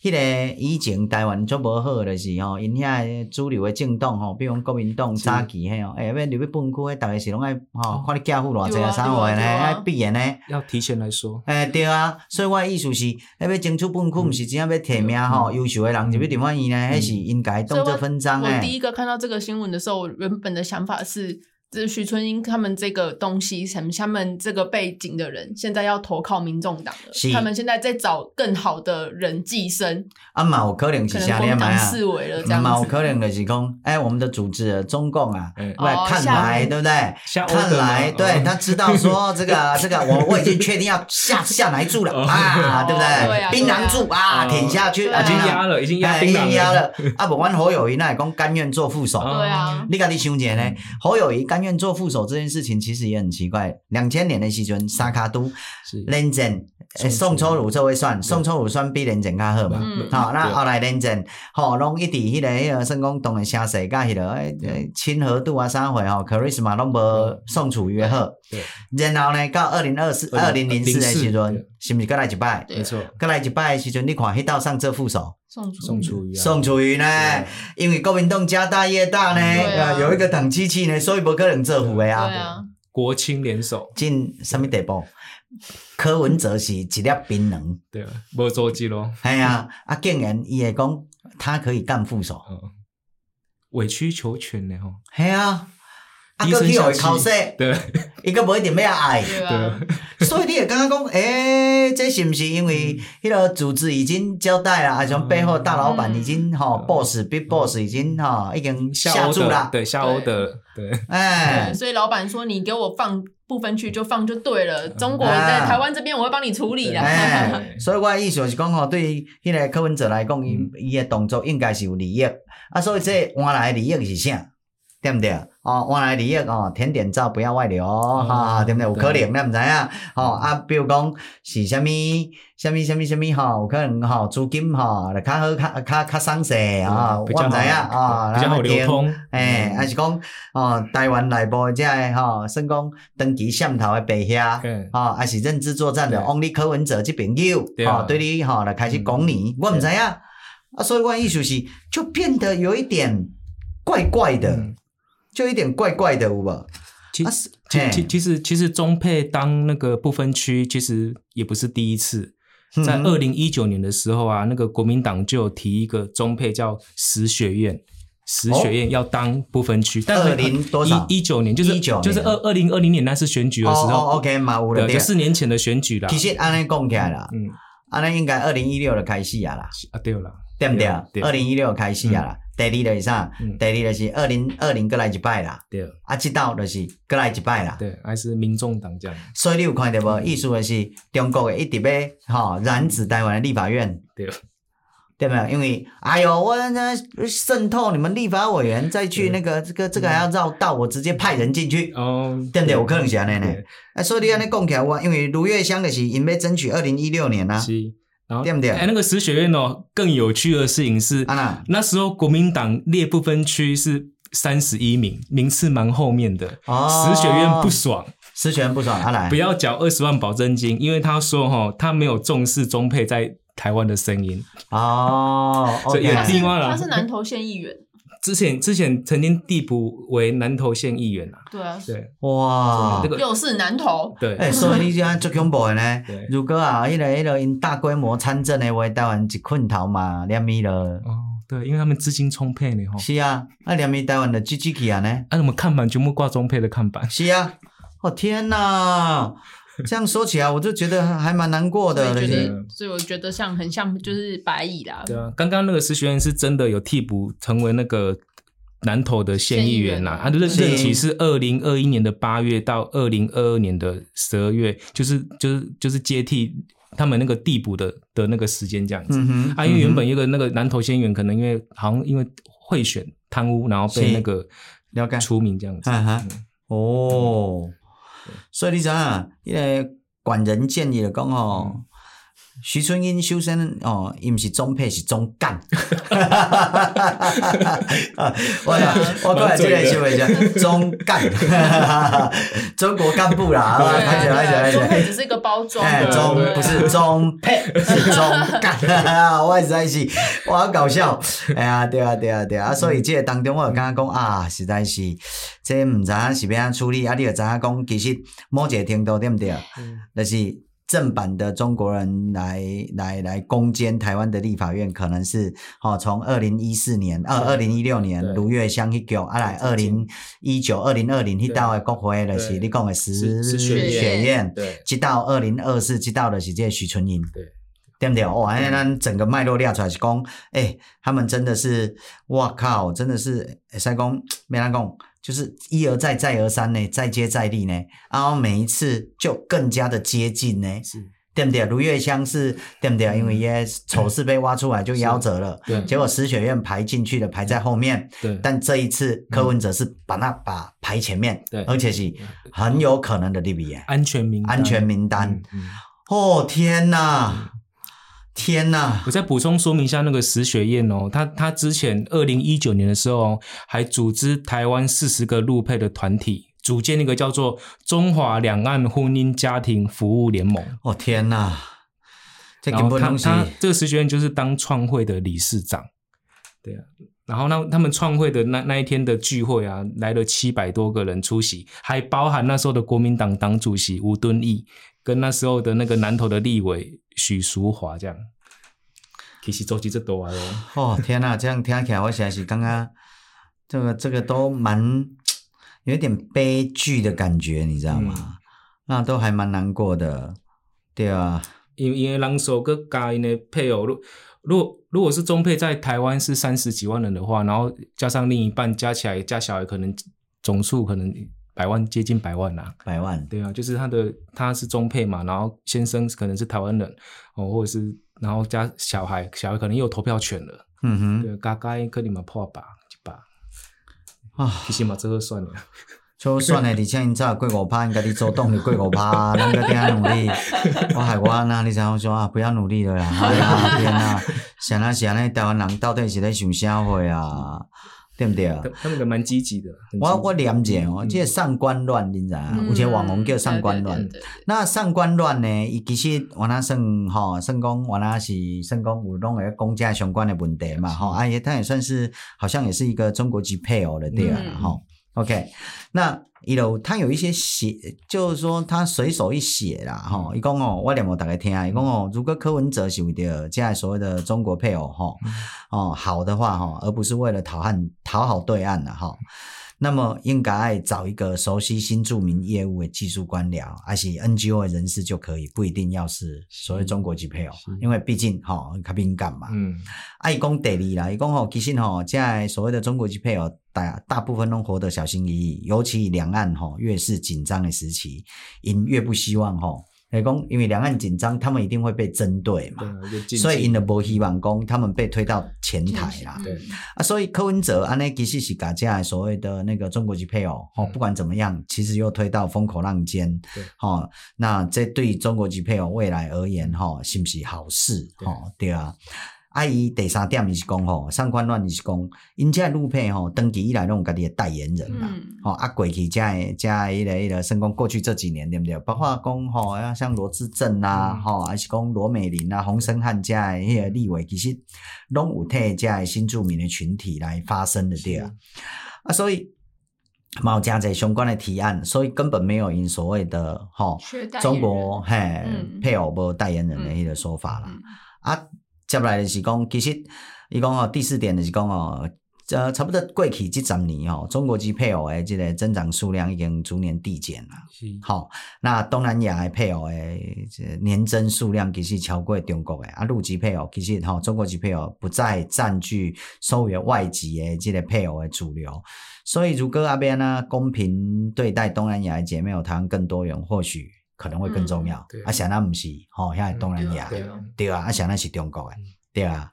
A: 迄、个以前台湾足无好的就是吼，因遐的主流的政党吼，比如讲国民党早期迄哦，哎、要入去本区，迄逐个是拢爱吼
B: 哦，
A: 看你寄付偌济
C: 对
A: 啊，
C: 啊
A: 啥货呢，
C: 对啊对啊
A: 爱闭眼呢。
B: 要提前来说，
A: 诶、对啊，所以我的意思是，迄要争取本区，毋是真正要提名吼，优秀的人入去立法院呢，迄是应该当作分赃
C: 我
A: 诶。
C: 第一个看到这个新闻的时候，我原本的想法是。这徐春英他们这个东西，什么他们这个背景的人，现在要投靠民众党了
A: 是。
C: 他们现在在找更好的人寄生，
A: 啊，嘛有可能是
C: 可能
A: 啥
C: 国
A: 咧
C: 民
A: 嘛
C: 党
A: 啊
C: 视为了这样
A: 嘛有
C: 子。
A: 可能就是讲，哎、我们的组织中共啊，
B: 嗯，
A: 喂，
C: 哦
A: 看
C: 下
A: 来
C: 面
A: 对不对？
B: 下欧
A: 看
B: 的吗
A: 来，对
B: 哦
A: 他知道说这个这个，我我已经确定要下下哪一柱了
B: 哦
A: 啊，对不
C: 哦对
A: 对？
C: 啊
A: 槟榔柱啊，
B: 哦
A: 舔下去
C: 对
A: 啊，
C: 啊
B: 已
A: 槟
B: 经
A: 榔
B: 压了，已经压
A: 哎
B: 冰
A: 已
B: 冷
A: 经压了。啊，不，阮侯友谊那会讲甘愿做副手，
B: 哦
C: 对啊，
A: 你家己想一下呢？侯友谊甲甘愿做副手这件事情，其实也很奇怪。两千年的时阵，沙卡都、
B: 是
A: 认真，呃宋
B: 宋
A: 楚
B: 楚
A: 儒这位算，宋楚儒算比认真较好嘛。
C: 嗯
A: 好、那
B: 对
A: 后来认真，吼、拢一直迄、个迄、个算讲当然声势甲迄个诶诶亲和度啊啥货吼，charisma 拢无宋楚瑜好。
B: 对，
A: 然后呢，到二零二四、二零零四的时阵
B: 对，
A: 是毋是搁来一摆？
C: 对
B: 没错，
A: 搁来一摆的时阵，你看迄道上这副手
C: 宋楚
B: 宋楚瑜啊，
A: 宋楚瑜呢，因为国民党家大业大呢，
B: 对
C: 啊
A: 呃有一个党机器呢，所以无可能做副的
C: 对
A: 啊。
C: 啊，
B: 国青联手，
A: 进什么地步？柯文哲是一粒槟榔，
B: 对啊，无周记咯，
A: 哎呀，啊，竟然伊会讲他可以干副手，
B: 嗯，委曲求全的吼，
A: 嘿啊，啊，
B: 低
A: 搁
B: 声
A: 去
B: 下
A: 互
B: 气
A: 考试，
B: 对
A: 伊个无一定要爱，
C: 对啊
B: 对，，
A: 所以你会感觉讲，诶、这是毋是因为迄个组织已经交代了，啊，像背后大老板已经吼、
B: 嗯
A: boss big boss 已经吼、已经 下
B: 欧
A: 注
B: 的
A: 啦，
B: 对下欧的对，
A: 哎
C: 对， 所以老板说你给我放部分区就放就对了，中国在
A: 啊
C: 台湾这边我会帮你处理
A: 哎、
C: 的。
A: 所以我的意思是讲吼，对于迄个柯文哲来讲，伊伊的动作应该是有利益，啊，所以这换来的利益是啥？对不对？哦，换来的利益哦，甜点照不要外流，哈、哈，对不对？有可能，咱毋知影。吼、啊，比如讲是啥物、啥物、啥物、啥物，吼，有可能吼，资金吼，就较好、较较较省势啊，我毋
B: 比
A: 知
B: 较好
A: 影啊，
B: 比较好流通，
A: 诶，还是讲哦，台湾内部即个吼，算讲长期汕头的白虾
B: 嗯，
A: 吼，哦还是认知作战的
B: 对
A: only 柯文哲这边有，
B: 对啊嗯
A: 吼，对你吼来开始讲你，我毋知影啊，所以我的意思是，就变得有一点怪怪的
B: 嗯，
A: 就有一点怪怪的，有无？
B: 其
A: 啊
B: 实其
A: 嘿
B: 其其实其实中配当那个不分区，其实也不是第一次。在
A: 嗯
B: 二零一九年的时候啊，那个国民党就有提一个中配叫史学院，史学院要当不分区，但
A: 哦二零多少
B: 一一九年就是
A: 19年
B: 就是二二零二零年那次选举的
A: 哦
B: 时
A: 哦
B: 候
A: ，OK，嘛有了
B: 对，啊
A: 对啊
B: 就。四年前的选举啦。
A: 其实安尼讲起来啦，
B: 嗯
A: 安尼应该二零一六就开始啊啦。
B: 啊，对啦，
A: 对不对？
B: 对
A: 二零一六开始啊啦，第二就是啥？
B: 嗯
A: 第二就是二零二零过来一摆啦，
B: 对
A: 啊，即道就是过来一摆啦。
B: 对，还是民众党这样，
A: 所以你有看到无？意思就是中国的一直要吼、染指台湾的立法院，
B: 对
A: 对没有？因为哎呦，我那渗透你们立法委员再去
B: 对
A: 那个这个这个还要绕道，我直接派人进去。
B: 哦，
A: 对不对？有可能是安尼呢
B: 对。
A: 啊，所以你安尼讲起来，我因为卢月香就是因要争取二零一六年啊，
B: 是，然后
A: 对不对
B: 哎，那个史学院哦，更有趣的事情是
A: 啊，那
B: 那时候国民党列不分区是三十一名，名次蛮后面的。
A: 哦
B: 史学院不爽，
A: 实权不爽，啊来
B: 不，要缴二十万保证金，因为他说哈，他没有重视中配在台湾的声音。
A: 哦，
B: 所以
A: OK
B: 有另外啦
C: 他是南投县议员，
B: 之前之前曾经递补为南投县议员啊，
C: 对啊，
B: 对
A: 哇
B: 这，个
C: 又是南投，
B: 对，
A: 哎、所以你这样足恐怖的呢
B: 对。
A: 如果啊，迄、个、迄、个因大规模参政的话，台湾一困头嘛，念伊了。
B: 哦对，因为他们资金充沛呢哈。
A: 是啊，啊念伊台湾就 GG 去啊呢。
B: 啊，我们看板全部挂中配的看板，
A: 是啊，哦天哪，这样说起来，我就觉得还蛮难过
C: 所
A: 的。
C: 以
A: 就
C: 觉
A: 是
C: 得，所以我觉得像很像就是白蚁
A: 嗯
C: 啦，
B: 对啊，刚刚那个石学院是真的有替补成为那个南投的县议员呐、啊，
C: 县议
B: 任
C: 员
B: 任期是二零二一年的八月到二零二二年的十二月，就是就是就是接替他们那个递补的的那个时间这样子。
A: 嗯哼，
B: 啊，因为原本有个那个南投县议员，可能因为好像因为贿选贪污，然后被
A: 是
B: 那个
A: 了解
B: 除名这样子。
A: 嗯哼，哦，所以你知影，迄、个管人建议就讲哦，徐春英首先哦，伊毋是中配是中干，啊我我过来这个想一下，中干， 中国干部啦，啊，
C: 对
A: 来
C: 啊，
A: 起
C: 对
A: 来来起来来起来
C: 啊，中配。只是一个包装
A: 哎，
C: 的，
A: 中
C: 对啊
A: 不是 中配，是中干，我实在是，我好搞笑。哎呀，对啊，对啊，对啊，啊所以这个当中我有刚刚讲啊，实在是，这毋知影是要安处理，啊，你就知影讲，其实某一个程度对不对？
B: 嗯
A: 就是正版的中国人来来来攻坚台湾的立法院，可能是哦，从二零一四年、啊二二零一六年
B: 对
A: 卢月香去叫，啊来二零一九、二零二零迄道的国会，就是
B: 对
A: 你讲的十
B: 是是
A: 学
B: 学
C: 院
A: 院。
B: 对
A: 直到二零二四，直到的是这个许春英，
B: 对嗯
A: 对不对？哦，安尼咱整个脉络料出来是讲，哎、他们真的是，哇靠，真的是，会使讲，没人讲，就是一而再，再而三呢，再接再厉呢，然后每一次就更加的接近呢，
B: 是，
A: 对不对？卢月香是对不对？
B: 嗯
A: 因为也丑事被挖出来就夭折了，
B: 对
A: 结果史学院排进去的排在后面，
B: 对
A: 嗯但这一次柯文哲是把那把排前面，
B: 嗯对嗯
A: 而且是很有可能的利比耶
B: 安全名单
A: 安全名单
B: 嗯。嗯
A: 哦天哪，天哪！
B: 我再补充说明一下那个石雪燕哦，她她之前二零一九年的时候哦，还组织台湾四十个陆配的团体，组建一个叫做中华两岸婚姻家庭服务联盟。
A: 哦天哪！这
B: 然
A: 根
B: 后
A: 本
B: 她
A: 东西
B: 她这个石学院就是当创会的理事长，对啊。然后那他们创会的那那一天的聚会啊，来了七百多个人出席，还包含那时候的国民党党主席吴敦义，跟那时候的那个南投的立委许淑华这样。其实周期这多啊咯。
A: 哦天哪！ 这样听起来，我想是刚刚这个这个都蛮有一点悲剧的感觉，你知道吗？
B: 嗯
A: 那都还蛮难过的，对啊。
B: 因因为人手个加因的配偶，如如果如果是中配在台湾是三十几万人的话，然后加上另一半加起来加小孩，可能总数可能百万接近百万啦、
A: 百万，
B: 对啊，就是他的他是中配嘛，然后先生可能是台湾人哦，或者是然后加小孩，小孩可能也有投票权了。
A: 嗯哼，
B: 对，加加可能嘛破吧一把，
A: 啊，
B: 其实嘛这个算 了。
A: 就算了，而且因早过五趴，应该你做动力过五趴，咱个点努力，我害我呐，你知影我说啊，不要努力了啦，哎呀，天哪，想啊想咧，台湾人到底是咧想啥货啊？对不对？
B: 他他们个蛮积极的，很积极
A: 我我念者哦，即个上官乱，你知影？有一个网红叫上官乱，
C: 嗯对对对对
A: 那上官乱呢，伊其实原来算吼，算讲原来是算讲有拢会公家相关的问题嘛吼，啊也他也算是好像也是一个中国籍配偶了对啊
C: 嗯
A: 吼。OK，那伊有他有一些写，就是说他随手一写啦吼，
C: 嗯
A: 伊讲哦，我念无大概听啊，伊讲哦，如果柯文哲是为着这样所谓的中国配偶吼，哦好的话哈，而不是为了讨汉讨好对岸了哈。那么应该找一个熟悉新住民业务的技术官僚，而且 NGO 的人士就可以，不一定要是所谓中国籍配偶
B: 是，
A: 因为毕竟哈、较敏感嘛。
B: 嗯
A: 啊，伊讲第二啦，伊讲吼，其实吼，即个所谓的中国籍配偶，大大部分拢活得小心翼翼，尤其两岸吼越是紧张的时期，因越不希望吼，来讲，因为两岸紧张，他们一定会被针对嘛
B: 对。啊，就禁
A: 所以
B: 忌
A: 因的无希望讲他们被推到前台啦。
B: 对
A: 啊，所以柯文哲安尼其实是把这样所谓的那个中国籍配偶，哦，
B: 嗯
A: 不管怎么样，其实又推到风口浪尖
B: 对，
A: 哦，那这对中国籍配偶未来而言，哦，是不是好事？
B: 对
A: 哦，对啊。啊，伊第三点是讲吼，上官乱是讲，因这路配吼，登记以来拢有家己的代言人啦。
C: 嗯，
A: 哦，啊，过去加加一个一个，甚讲过去这几年对不对？包括讲吼，啊像罗志正啊，
B: 嗯
A: 吼、还是讲罗美玲啊、洪生汉加迄个立委，其实拢有替加新住民的群体来发声的对啊。啊，所以嘛有加这相关的提案，所以根本没有因所谓的吼、
C: 缺代言人
A: 中国嘿、
C: 嗯
A: 配偶无代言人的迄个说法啦。
C: 嗯
A: 啊，接下来就是讲，其实伊讲哦，第四点就是讲哦，呃，差不多过去这十年哦，中国籍配偶的这个增长数量已经逐年递减啦。
B: 是
A: 好、那东南亚的配偶诶，这年增数量其实超过中国诶。啊，陆籍配偶其实吼、中国籍配偶不再占据所有外籍诶这个配偶的主流。所以，如果阿边呢公平对待东南亚的姐妹，有台湾更多元，或许可能会更重要。
B: 嗯对
A: 啊，想那不是吼，遐、东南亚。
B: 对啊，
A: 对啊，啊，谁那是中国诶，对啊，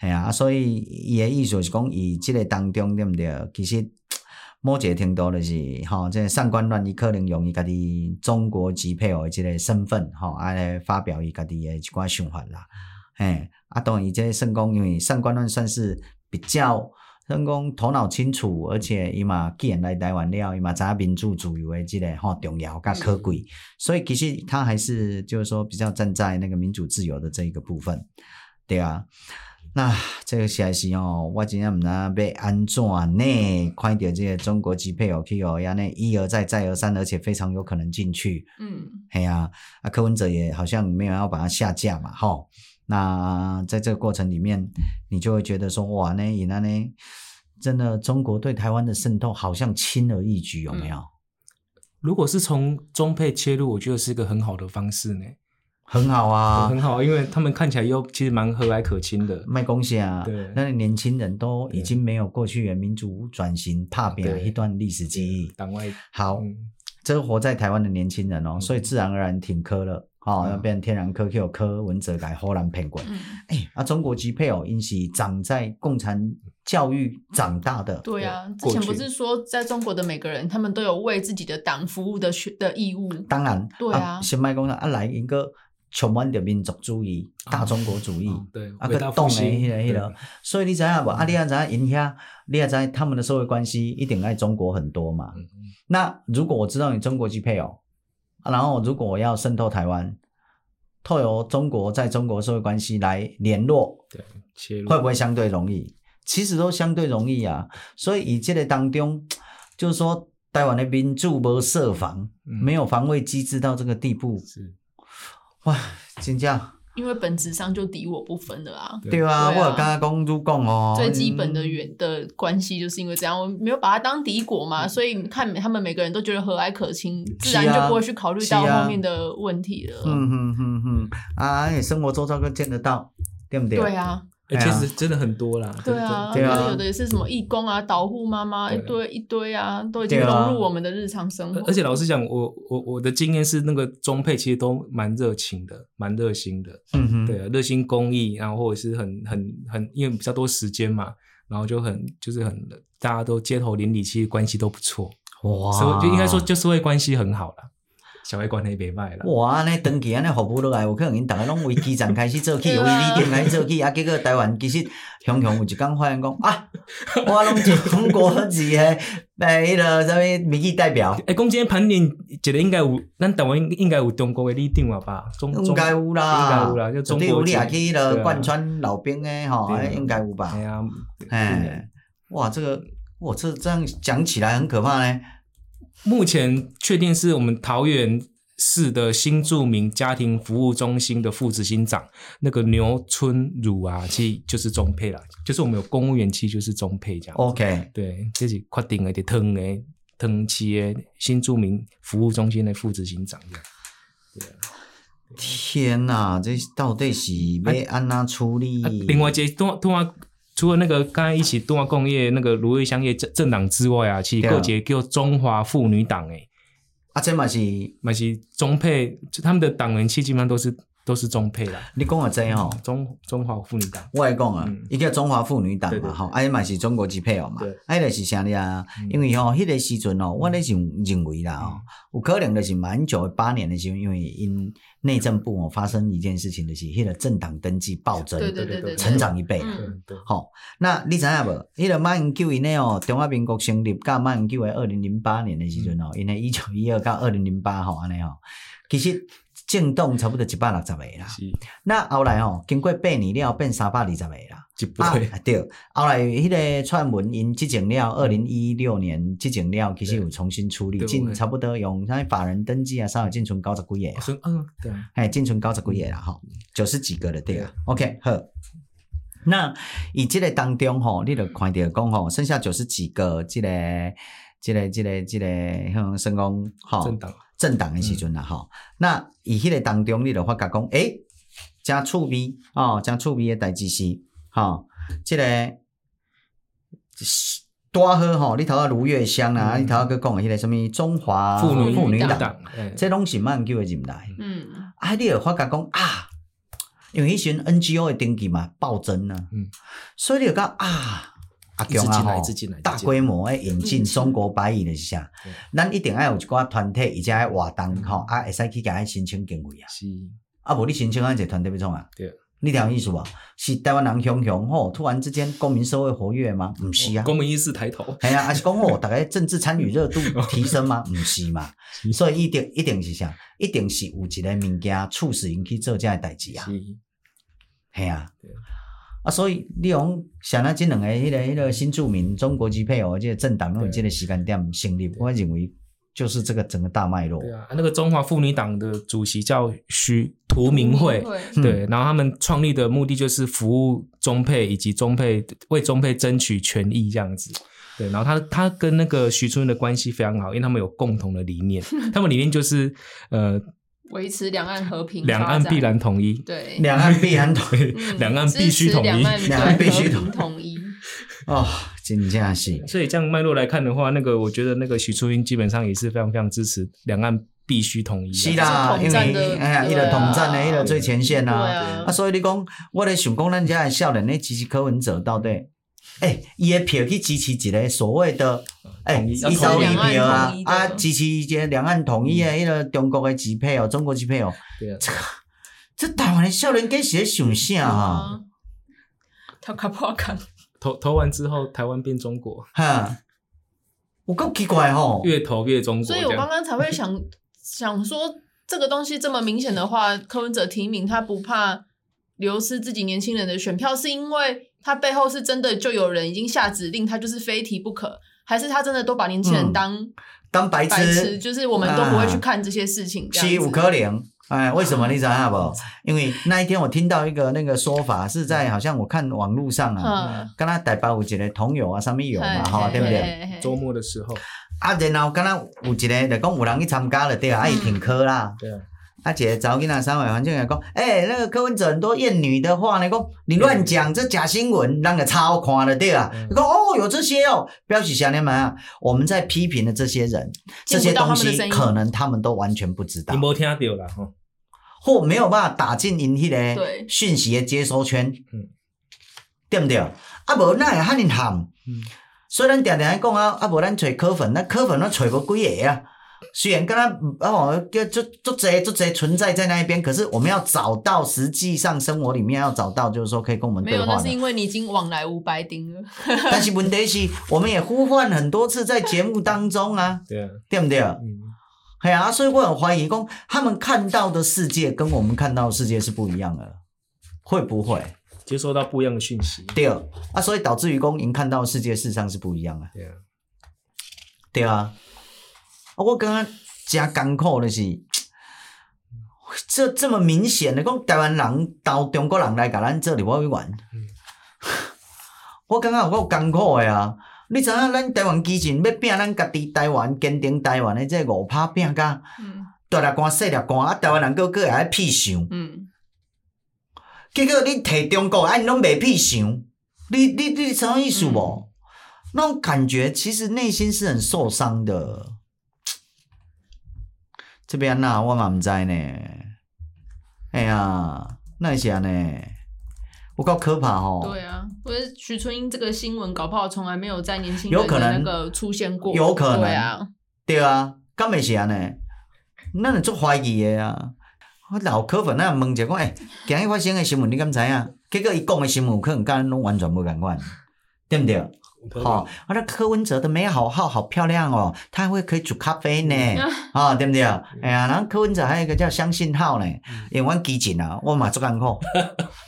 A: 系啊，啊所以伊诶意思是讲，伊即个当中对毋对？其实某一个程度就是，吼、即、个上官乱伊可能用伊家己中国籍配偶诶即个身份，吼、安尼发表伊家己诶一寡想法啦，嘿，啊，当然伊即个算讲，因为上官乱算是比较。算讲头脑清楚，而且伊嘛既然来台湾了，伊嘛知影民主自由诶即个吼、重要甲可贵，所以其实他还是就是说比较站在那个民主自由的这一个部分，对啊。那这个实在是哦，我真正毋知影要安怎呢？看到这个中国籍配偶去哦，安尼一而再再而三，而且非常有可能进去。
C: 嗯，
A: 嘿啊，啊柯文哲也好像没有要把它下架嘛，吼。那在这个过程里面，你就会觉得说，哇，那伊那呢，真的中国对台湾的渗透好像轻而易举，有没有？
B: 如果是从中配切入，我觉得是一个很好的方式呢。
A: 很好啊，
B: 很好，因为他们看起来又其实蛮和蔼可亲的。
A: 卖贡献啊
B: 对，
A: 那年轻人都已
B: 对
A: 经没有过去的民主转型、怕扁的
B: 对
A: 一段历史记忆。
B: 党外，
A: 好，
B: 嗯，
A: 这活在台湾的年轻人哦，所以自然而然挺科了哦，
B: 嗯
A: 要变天然科 Q 科文哲改荷兰骗过来。
C: 嗯，
A: 哎、啊，中国籍配偶因是长在共产教育长大的，
C: 对啊，之
B: 过
C: 前不
B: 去
C: 是说在中国的每个人，他们都有为自己的党服务的学的义务，
A: 当然，
C: 对啊
A: 先卖讲啦，啊来因个充满着民族主义、大中国主义，
B: 嗯对，
A: 啊
B: 伟
A: 个
B: 大
A: 动
B: 复
A: 诶，
B: 兴，
A: 迄个迄个
B: 对，嗯
A: 所以你知影无？啊，你也知影因遐，你也知道他们的社会关系一定爱中国很多嘛。
B: 嗯
A: 那如果我知道你中国籍配偶，啊然后如果我要渗透台湾，透由中国在中国社会关系来联络，
B: 对，切入
A: 会不会相对容易？其实都相对容易啊。所以以这个当中，就是说台湾的民主无设防，
B: 嗯
A: 没有防卫机制到这个地步，
B: 是
A: 哇，真正
C: 因为本质上就敌我不分的啊。
A: 对啊，我
C: 对啊
A: 有跟他讲如讲哦，
C: 最基本的
A: 嗯
C: 原的关系就是因为这样，我没有把它当敌国嘛，所以你看他们每个人都觉得和蔼可亲，自然
A: 是啊
C: 就不会去考虑到
A: 是啊
C: 后面的问题了。
A: 嗯哼哼哼，啊，你生活周遭都见得到，对不对？
C: 对，啊，
B: 哎、
A: 哎呀
B: 其实真的很多啦，
C: 对啊，
A: 对啊
C: 有的也是什么义工啊、导护妈妈一
B: 对
C: 堆一堆啊，都已经
A: 对啊
C: 融入我们的日常生活
B: 而。而且老实讲，我我我的经验是，那个中配其实都蛮热情的，蛮热心的，
A: 嗯哼，
B: 对啊，热心公益，然后或者是很很很，因为比较多时间嘛，然后就很就是很大家都街头邻里，其实关系都不错，
A: 哇，
B: 所以就应该说就社会关系很好啦，小会关系袂歹啦。
A: 哇，安尼长期安尼服务落来，有可能因大家拢为基层开始做起，
C: 对
A: 为
C: 啊
A: 你店开始做起，啊，结果台湾其实雄雄有一天发现讲啊，我拢是中国籍的，诶，迄个啥物民意代表，
B: 哎，讲今天盘点，觉得应该有，咱台湾应应该有中国的立定了吧？中
A: 应该有啦，
B: 应该有啦就中国籍
A: 绝对有你也去迄
B: 对
A: 个
B: 啊
A: 贯穿老兵的吼，
B: 对啊
A: 哎应该有吧
B: 哎？呀，
A: 哎，哇，这个哇，这这样讲起来很可怕呢。
B: 目前确定是我们桃园市的新住民家庭服务中心的副执行长，那个牛春汝啊，其实就是中配啦，就是我们有公务员期就是中配这样。哦，
A: OK，
B: 对，这是确定的，就汤的汤期的新住民服务中心的副执行长这样。
A: 天呐，这到底是要安那处理？
B: 啊、另外这动动画除了那个刚才一起动画工业那个芦苇香叶政政党之外啊，其实
A: 对啊
B: 各节叫中华妇女党诶，
A: 啊，这嘛是
B: 嘛是中配，就他们的党员期基本上都是都是中配啦。
A: 你讲的这吼、
B: 中中华妇女党，
A: 我来讲啊
B: 嗯，
A: 伊叫中华妇女党
B: 对对
A: 嘛，
B: 对
A: 吼，啊，伊嘛是中国籍配偶嘛
B: 对，
A: 啊，迄个是啥哩啊
B: 嗯？
A: 因为吼，迄个时阵哦，我咧想认为啦吼，有可能就是蛮久八年的时候，因为因内政部哦发生一件事情，就是迄个政党登记暴增，
C: 对对对对，
A: 成长一倍啦。
C: 嗯
B: 对，
A: 吼、那你知影无？迄个马英九因诶哦，中华民国成立到马英九诶二零零八年诶时阵哦，
B: 嗯
A: 因诶一九一二到二零零八吼安尼吼，其实政党差不多一百六十个啦。
B: 是
A: 那后来吼、经过八年了，变三百二十个 啦。
B: 一倍，
A: 啊对，后来迄个蔡英文因执政了，二零一六年执政了，其实有重新处理，
B: 嗯对
A: 进差不多用啥法人登记啊，啥有进存九十几个
B: 我
A: 啊，
B: 说嗯，对啊，
A: 哎，进存九十几个啦吼，九十几个了对啊
B: 对。
A: OK，好。那以这个当中吼，你就看到讲吼，剩下九十几个这个。这个、这个、这个，像算讲吼，
B: 政党嗯
A: 政党的时阵啦吼，那以迄个当中，你就发觉讲，诶、真趣味哦，真趣味的代志是吼，即、个是大好吼，你头仔如月香啦、啊，
B: 嗯
A: 你头仔去讲的迄个什物中华
B: 妇女
A: 妇
C: 妇
A: 女
C: 女
A: 党，
B: 党，哎
A: 这拢是慢叫的进来，
C: 嗯，
A: 啊，你就发觉讲啊，因为迄时阵 NGO 的登记嘛暴增啊，
B: 嗯
A: 所以你就讲啊。阿
B: 一直
A: 强啊
B: 进来，
A: 吼
B: 一直进来，
A: 大规模诶引进中国白蚁的是啥
B: 对？
A: 咱一定要有一寡团体，而且爱活动吼，啊，会使去甲伊申请经费啊。
B: 是
A: 啊，无你申请安一个团体要创啊？
B: 对，
A: 你听有意思无？是台湾人雄雄吼，突然之间公民社会活跃吗？毋是啊。
B: 公民意识抬头，
A: 系啊，还是讲吼，大家政治参与热 度提升吗？毋是嘛，
B: 是
A: 所以一定一定是啥？一定是有一个物件促使因去做这个代志啊。
B: 是
A: 系啊
B: 对，
A: 啊，所以你讲像咱即两个迄、个迄、个新著名中国籍配偶，即个政党用即个时间点成立，我认为就是这个整个大脉络。
B: 对啊，那个中华妇女党的主席叫徐涂明慧，
A: 嗯
B: 对，然后他们创立的目的就是服务中配以及中配为中配争取权益这样子。对，然后他他跟那个徐春的关系非常好，因为他们有共同的理 念，他们理念就是呃，
C: 维持两岸和平，
B: 两岸必，然统一，
C: 对，
A: 两岸必 然统一
C: 嗯
B: 两岸必须统一
C: 支持两岸
A: 两岸必须
C: 和
A: 统
C: 平 统一，
A: 哦，真正是
B: 所以这样脉络来看的话，那个我觉得那个许初英基本上也是非常非常支持两岸必须统一啊。
A: 是啦，因
C: 是统战的
A: 为哎呀，
C: 对啊
A: 迄个统战的迄个最前线
C: 对
A: 啊。
C: 啊
A: 啊，，所以你讲，我咧想讲，咱遮的少年咧支持柯文哲到底，诶，伊的票去支持一个所谓的，欸诶，
B: 统一
A: 一刀一票啊
C: 统一，的
A: 啊，支持一个两岸统一的迄个中国的支配
C: 嗯
A: 哦，中国支配哦，
B: 对啊，
A: 这台湾的少年计是咧想啥哈？
C: 啊，他卡不卡？
B: 投投完之后，台湾变中国，
A: 哈，有够奇怪吼！
B: 越投越中国
C: 所
B: 这
C: 以
B: 样。
C: 我刚刚才会 想想说，这个东西这么明显的话，柯文哲提名他不怕流失自己年轻人的选票，是因为他背后是真的就有人已经下指令，他就是非提不可，还是他真的都把年轻人
A: 嗯
C: 当
A: 当白
C: 白痴，
A: 痴
C: 就是我们都不会去
A: 啊
C: 看这些事情，这
A: 是
C: 样
A: 有
C: 子。啊嗯
A: 可能。哎，为什么你知道不？因为那一天我听到一个那个说法，是在好像我看网络上啊，
C: 嗯，
A: 跟他台北有一个同友啊，什么友嘛，
C: 嘿
A: 吼，对不对？？
B: 周末的时候，
C: 哎
A: 啊，然后敢若有一个就讲有人去参加了对啊，啊伊停课
C: 嗯
A: 啦。
B: 对啊，
A: 啊，一个查某囡仔三位环境来讲，诶、那个柯文哲很多厌女的话呢，讲你乱
C: 嗯
A: 讲，这假新闻，让个超看了对啊。
B: 嗯
A: 你讲哦，有这些哦，标起想你们啊，我们在批评的这些人，这些东
C: 听不到他们的声
A: 西
C: 音
A: 可能他们都完全不知道
B: 你，没听到啦，吼，
A: 或没有办法打进因迄个
C: 对
A: 讯息的接收圈，
B: 嗯
A: 对不对？啊，无那会遐尼含。
B: 嗯，
A: 所以咱常常咧讲啊，啊无咱找科粉，咱科粉咱找无几个啊。虽然跟他哦，叫就就这就这存在在那一边，可是我们要找到，实际上生活里面要找到，就是说可以跟我们
C: 没
A: 对
C: 有，
A: 话
C: 那是
A: 的。
C: 因为你已经往来无白丁了。
A: 但是问题是，我们也呼唤很多次在节目当中啊，
B: 对啊，
A: 对不对？
B: 嗯，
A: 哎呀、啊，所以我很怀疑，讲他们看到的世界跟我们看到的世界是不一样的，会不会？
B: 接收到不一样的讯息。
A: 对啊，所以导致于公您看到的世界事实上是不一样的。
B: 对啊，
A: 对啊，啊我感觉真艰苦的是，这这么明显的讲台湾人到中国人来甲咱做立法委员，
B: 嗯
A: 我感觉有够艰苦的啊！你知影咱台湾基情要拼咱家己台湾坚定台湾的这五拍拼甲
C: 嗯
A: 大粒官细粒官，啊台湾人个个会爱屁想，
C: 嗯，
A: 结果你摕中国的，啊你拢袂屁想，你你你什么意思无？那种感觉其实内心是很受伤的。这边呐、我嘛毋知呢。哎呀，那是安尼，有够可怕吼、
C: 对啊，我觉得许春英这个新闻搞不好从来没有在年轻
A: 有
C: 人
A: 可
C: 的
A: 能
C: 那个出现过，
A: 有可能
C: 对啊，
A: 对啊，敢袂是安尼？咱就足怀疑的啊！我老科粉啊，问者讲，诶、今日发生的新闻你敢知影？结果伊讲的新闻有可能甲咱拢完全无共款，对毋对？好、哦，啊，那柯文哲的美好号好漂亮哦，他还会可以煮咖啡 呢，啊、对不对？哎呀，然后柯文哲还有一个叫相信号呢，
B: 嗯
A: 因为阮基情啊，我嘛做艰苦，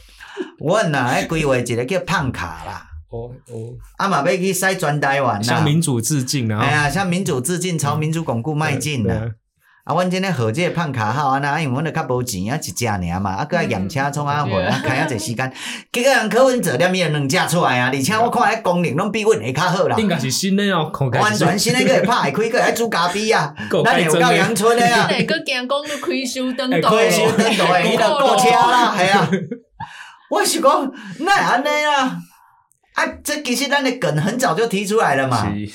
A: 阮呐还规划一个叫胖卡啦，
B: 哦哦，
A: 啊嘛要去使全台湾啦
B: 向，民主致敬啊！
A: 哎呀，向民主致敬，朝民主巩固迈进
B: 对
A: 啦。
B: 啊，
A: 啊，阮今天号这个胖卡号啊，那因为阮就较无钱啊，一只尔嘛，啊，搁啊验车创啊货啊，开啊侪时间，结果人柯文哲念伊两只出来啊，而且我看迄功能拢比阮会较好啦。
B: 应该是新的哦，看起来
A: 完
B: 是
A: 全新的个会拍会开，个会煮咖啡啊，
B: 够
A: 咱
B: 开
A: 有
B: 真的
A: 到阳春的 啊，
C: 哪个讲哦讲就开修 灯
B: 哎
C: 斗
B: 开
A: 开
B: 修
A: 收
B: 灯
A: 灯台的，伊就过车啦，系啊。我是讲，那安尼啊，啊，这其实咱的梗很早就提出来了嘛，
B: 是